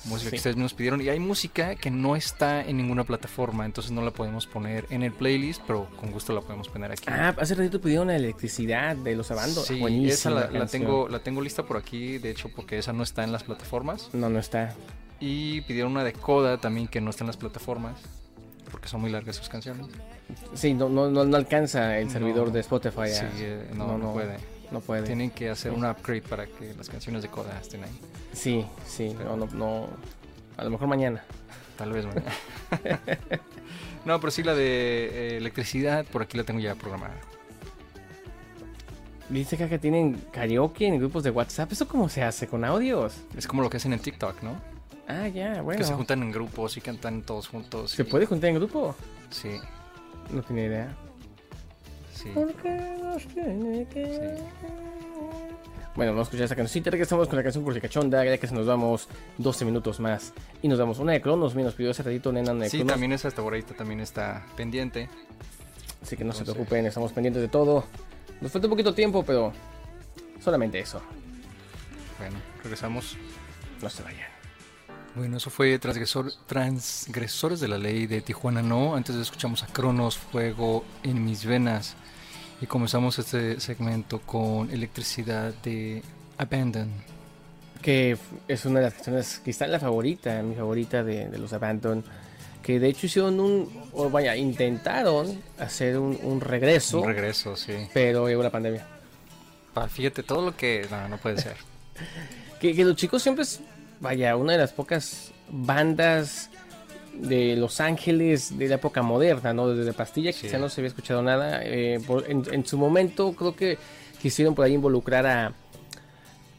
Música
Sí.
que ustedes mismos pidieron. Y hay música que no está en ninguna plataforma, entonces no la podemos poner en el playlist, pero con gusto la podemos poner aquí.
Ah, hace ratito pidieron la electricidad de los abandonos.
Sí, esa la, la tengo, la tengo lista por aquí, de hecho, porque esa no está en las plataformas.
No, no está.
Y pidieron una de Coda también que no está en las plataformas. Porque son muy largas sus canciones.
Sí, no, no, no, no alcanza el
No.
servidor de Spotify. a-
Sí, eh, no, no puede.
No puede.
Tienen que hacer un upgrade para que las canciones de Coda estén ahí.
Sí, sí, no, no, no. A lo mejor mañana.
Tal vez mañana. no, pero sí la de eh, electricidad, por aquí la tengo ya programada.
Dice acá que tienen karaoke en grupos de WhatsApp. ¿Eso cómo se hace? ¿Con audios?
Es como lo que hacen en TikTok, ¿no?
Ah, ya,
Que se
bueno.
juntan en grupos y cantan todos juntos.
¿Se
y-
puede juntar en grupo?
Sí,
No tenía idea.
sí.
Porque nos tiene que-
Sí.
Bueno, vamos a escuchar esa cancioncita. Regresamos con la canción por si cachonda. Ya que se nos vamos 12 minutos más. Y nos damos una de Cronos. Mira, nos pidió hace ratito Nena una de
Sí,
Cronos.
también esa hasta ahorita también está pendiente.
Así que no se
Entonces-
preocupen, estamos pendientes de todo. Nos falta un poquito tiempo, pero solamente eso.
Bueno, regresamos.
No se vayan.
Bueno, eso fue transgresor, Transgresores de la Ley de Tijuana No. Antes escuchamos a Cronos, Fuego en mis venas. Y comenzamos este segmento con Electricidad de Abandon.
Que f- es una de las canciones que está en la favorita, mi favorita de, de los Abandon. Que de hecho hicieron un, o vaya, intentaron hacer un, un regreso,
Un regreso, sí.
pero llegó la pandemia.
Pa, fíjate, todo lo que... No, no puede ser.
Que, que los chicos siempre es, vaya, una de las pocas bandas de Los Ángeles de la época moderna, ¿no? Desde Pastilla,
Sí.
quizá no se había escuchado nada. eh, por- en, en su momento creo que quisieron por ahí involucrar a,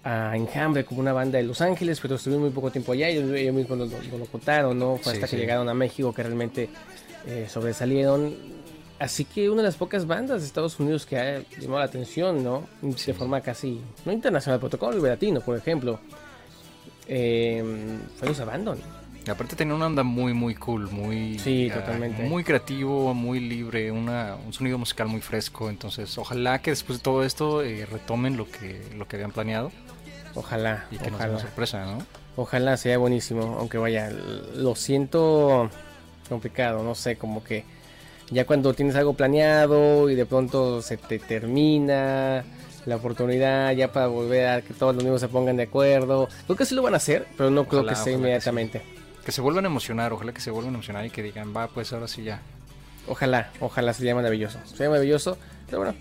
a Enjambre como una banda de Los Ángeles, pero estuvieron muy poco tiempo allá y ellos, ellos mismos lo, lo- lo contaron, ¿no? Fue
Sí,
hasta que
sí.
llegaron a México que realmente eh, sobresalieron. Así que una de las pocas bandas de Estados Unidos que ha llamado la atención, ¿no?
Sí.
De forma casi, no internacional, protocolo latino, por ejemplo. Eh, fue los Abandon.
Y aparte tenía una onda muy, muy cool, muy,
Sí,
ah,
totalmente.
muy creativo, muy libre, una, un sonido musical muy fresco. Entonces, ojalá que después de todo esto eh, retomen lo que, lo que habían planeado
Ojalá,
y que no sea una
ojalá.
sorpresa, ¿no?
Ojalá sea buenísimo, aunque vaya, l- lo siento complicado, no sé, como que ya cuando tienes algo planeado y de pronto se te termina la oportunidad ya para volver a que todos los amigos se pongan de acuerdo. Creo que sí lo van a hacer, pero no creo
Ojalá,
que sea
ojalá que sí.
inmediatamente.
Que se vuelvan a emocionar, ojalá que se vuelvan a emocionar y que digan, va, pues ahora sí ya.
Ojalá, ojalá sería maravilloso. Sería maravilloso, pero bueno,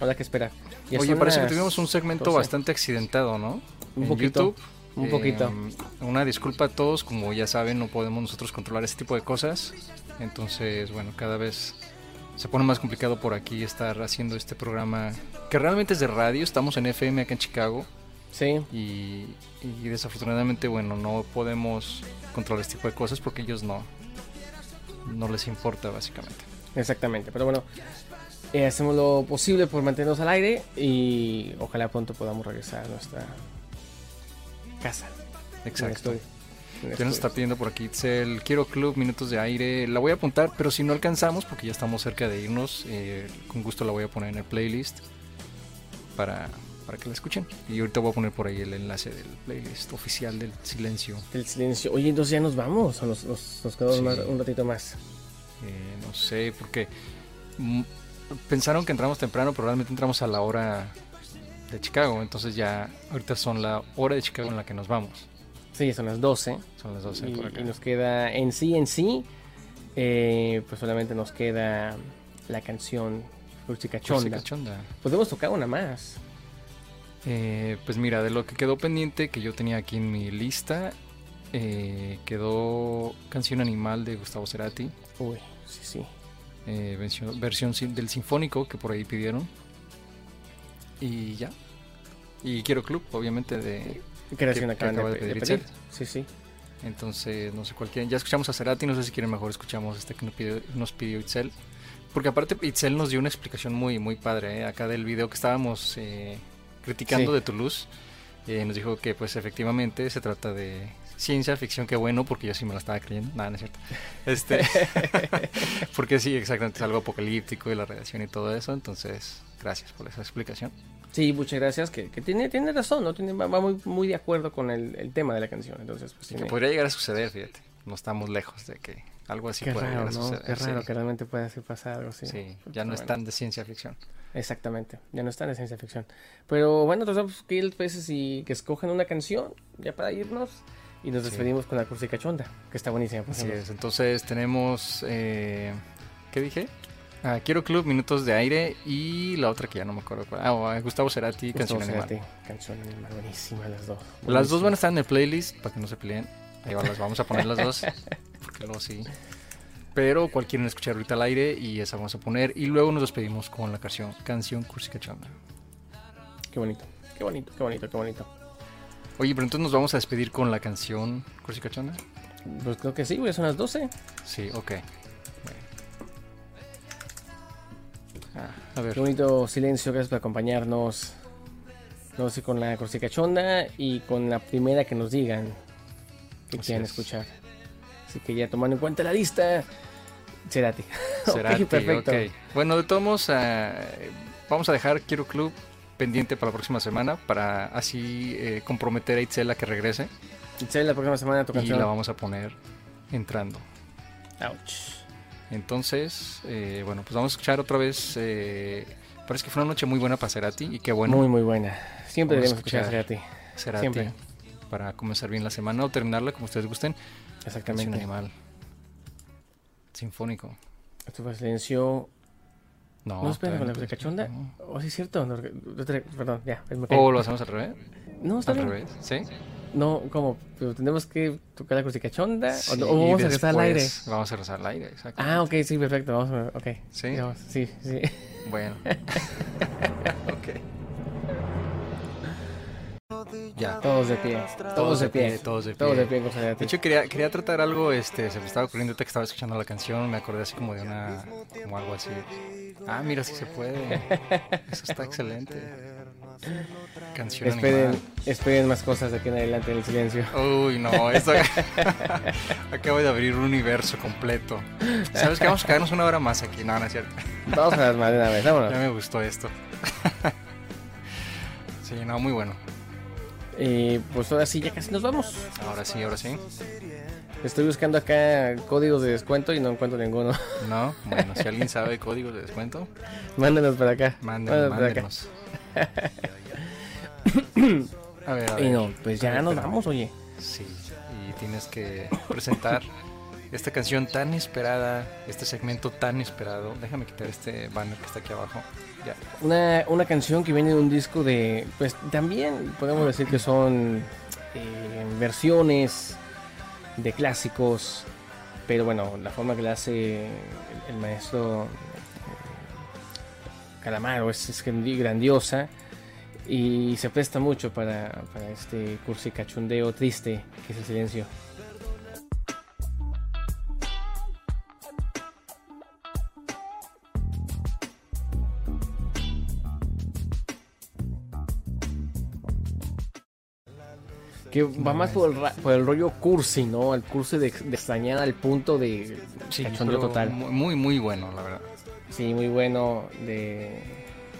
habrá que esperar. Ya
Oye,
son
parece
las-
que tuvimos un segmento
12.
bastante accidentado, ¿no?
Un
En
poquito,
YouTube. Eh,
un poquito.
Una disculpa a todos, como ya saben, no podemos nosotros controlar ese tipo de cosas. Entonces, bueno, cada vez se pone más complicado por aquí estar haciendo este programa que realmente es de radio. Estamos en FM acá en Chicago
Sí,
y, y desafortunadamente, bueno, no podemos controlar este tipo de cosas porque ellos no. No les importa, básicamente.
exactamente, pero bueno. eh, hacemos lo posible por mantenernos al aire y ojalá pronto podamos regresar a nuestra casa. en el
Exacto.
estudio, en el
Ya nos está
estudio.
pidiendo por aquí Itzel, quiero club, minutos de aire. La voy a apuntar, pero si no alcanzamos, porque ya estamos cerca de irnos, eh, con gusto la voy a poner en el playlist para, para que la escuchen. Y ahorita voy a poner por ahí el enlace del playlist oficial del silencio.
El silencio. Oye, entonces ya nos vamos o nos, nos, nos quedamos
Sí.
más- un ratito más.
Eh, no sé, porque mm, pensaron que entramos temprano, pero realmente entramos a la hora de Chicago. Entonces ya ahorita son la hora de Chicago en la que nos vamos.
Sí, son las 12.
Son las 12
y,
por acá.
y nos queda en sí, en sí. eh, pues solamente nos queda la canción Fruchica Chonda.
Chonda.
Podemos tocar una más.
Eh, pues mira, de lo que quedó pendiente que yo tenía aquí en mi lista, eh, quedó Canción Animal de Gustavo Cerati,
Uy, sí, sí.
eh, versión, versión sin- del Sinfónico que por ahí pidieron. Y ya. Y Quiero Club, obviamente, de...
Creación
que
acaban
acaba
de,
de
pe- de
pedir
pedir.
Itzel.
Sí, sí.
Entonces, no sé cuál quieren. Ya escuchamos a Cerati, no sé si quieren mejor escuchamos este que nos pidió, nos pidió Itzel. Porque aparte Itzel nos dio una explicación muy, muy padre. ¿eh? Acá del video que estábamos eh, criticando
Sí.
de Toulouse, eh, nos dijo que pues efectivamente se trata de ciencia ficción, que bueno, porque yo sí me la estaba creyendo. Nada, no es cierto. Este, porque sí, exactamente, es algo apocalíptico y la radiación y todo eso. Entonces, gracias por esa explicación.
Sí, muchas gracias. Que, que tiene, tiene razón, ¿no? Tiene, va va muy, muy de acuerdo con el, el tema de la canción. Entonces, pues
Y que
tiene-
podría llegar a suceder, fíjate. No estamos lejos de que algo así
Qué
pueda
raro,
llegar a
¿no?
suceder.
Qué
sí.
raro que realmente pueda ser pasar algo así.
Sí,
Pero
ya no
bueno,
es tan de ciencia ficción.
Exactamente, ya no están de ciencia ficción. Pero bueno, entonces, pues, ¿qué les parece si que escojan una canción ya para irnos? Y nos
Sí.
despedimos con la Cursica Chonda, que está buenísima. por
Así
cierto.
es. Entonces tenemos. eh, ¿Qué dije? Ah, Quiero Club, Minutos de Aire y la otra que ya no me acuerdo cuál. Ah, o, ah, Gustavo Cerati,
Gustavo
Canción Animal.
Cerati, Canción animal, buenísima las dos.
Las dos
buenísimas.
van a estar en el playlist para que no se peleen. Ahí va, las vamos a poner las dos. Porque luego sí. Pero cual quieren escuchar ahorita al aire y esa vamos a poner. Y luego nos despedimos con la canción, canción Cursi Cachonda.
Qué bonito, qué bonito, qué bonito, qué bonito.
Oye, pero entonces nos vamos a despedir con la canción Cursi Cachonda.
Pues creo que sí, güey, son las 12.
Sí, ok. Bueno. Ah, a ver.
Qué bonito silencio, gracias por acompañarnos. No sé, con la Cursica Chonda y con la primera que nos digan que
Así
quieran
es.
escuchar. Así que ya tomando en cuenta la lista, Cerati. Ok,
Cerati, ok. Bueno, de todos modos, eh, vamos a dejar Quiero Club pendiente para la próxima semana para así eh, comprometer a Itzel a que regrese
Itzel, la próxima semana tu
y
canción.
la vamos a poner entrando.
Ouch.
Entonces, eh, bueno, pues vamos a escuchar otra vez. eh, parece que fue una noche muy buena para Cerati y qué bueno
muy, muy buena. Siempre
Vamos a
debemos escuchar a
escuchar.
Cerati.
Cerati
siempre.
para comenzar bien la semana o terminarla como ustedes gusten. Canción
Exactamente.
animal. Sinfónico.
Esto fue silencio.
No,
¿No espera
todavía
con la
no
música
puedes-
chonda?
no.
Oh, sí, es cierto. No, no te- perdón, ya. me caí.
¿O lo hacemos al revés?
no, está
Al
bien.
revés, ¿sí?
No, como, pero tenemos que tocar la crucica chonda. o
Sí,
no- o
y
vamos a regresar al aire.
después Vamos a regresar al aire, exacto.
Ah, ok, sí, perfecto. Vamos a. Ok.
Sí.
Ya vamos, sí, sí.
Bueno. ok. Ya.
Todos de pie. Todos de pie.
Todos de pie.
Todos de pie con
De
Cerati.
hecho, quería, quería tratar algo, este, se me estaba ocurriendo ahorita que estaba escuchando la canción, me acordé así como de una, como algo así. Ah, mira, sí se puede. Eso está excelente. Canción
Esperen,
animada.
esperen más cosas de aquí en adelante en el silencio.
Uy, no, esto acabo de abrir un universo completo. ¿Sabes qué? Vamos a quedarnos una hora más aquí. No, no es cierto.
Vamos a las más de una vez, vámonos.
Ya me gustó esto. sí, no, muy bueno.
Y pues ahora sí, ya casi nos vamos.
Ahora sí, ahora sí.
Estoy buscando acá códigos de descuento y no encuentro ninguno.
No, bueno, si alguien sabe código de descuento,
Mándenos para acá.
mándenos,
para acá.
mándenos. A ver, a ver.
Y no, pues
A
ya
ver,
nos
espérame.
vamos, oye.
Sí, y tienes que presentar esta canción tan esperada, este segmento tan esperado. Déjame quitar este banner que está aquí abajo. Ya.
Una, una canción que viene de un disco de. Pues también podemos decir que son eh, versiones de clásicos. Pero bueno, la forma que la hace el, el maestro eh, Calamaro es, es grandi- grandiosa. Y se presta mucho para, para este cursi cachundeo triste que es el silencio. Que va más por el, ra- por el rollo cursi, ¿no? El cursi de, de extrañar al punto de cachondeo
pero
total.
mu- Muy, muy bueno, la verdad.
Sí, muy bueno. De,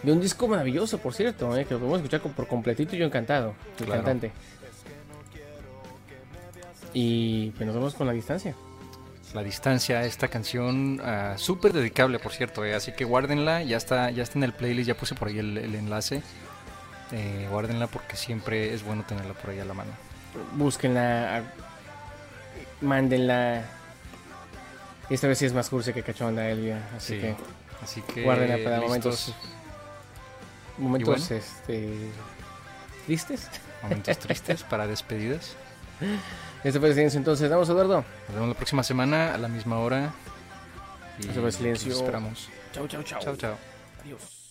de un disco maravilloso, por cierto, ¿eh? que lo podemos escuchar con- por completito y yo encantado, el
Claro.
cantante. Y pues nos vamos con la distancia.
La distancia, esta canción ah, súper dedicable, por cierto, eh, así que guárdenla, ya está, ya está en el playlist, ya puse por ahí el, el enlace. Eh, guárdenla porque siempre es bueno tenerla por ahí a la mano.
Búsquenla, a- mándenla. Esta vez sí es más cursi que cachonda, Elvia. Así
Sí,
que
Así que
guárdenla para
listos,
momentos. Momentos este, tristes.
momentos tristes para despedidas.
Este fue el silencio, entonces. Vamos, Eduardo.
Nos vemos la próxima semana a la misma hora. Y
Eso fue silencio.
los esperamos.
Chau, chau, chau.
Chao, chao.
Adiós.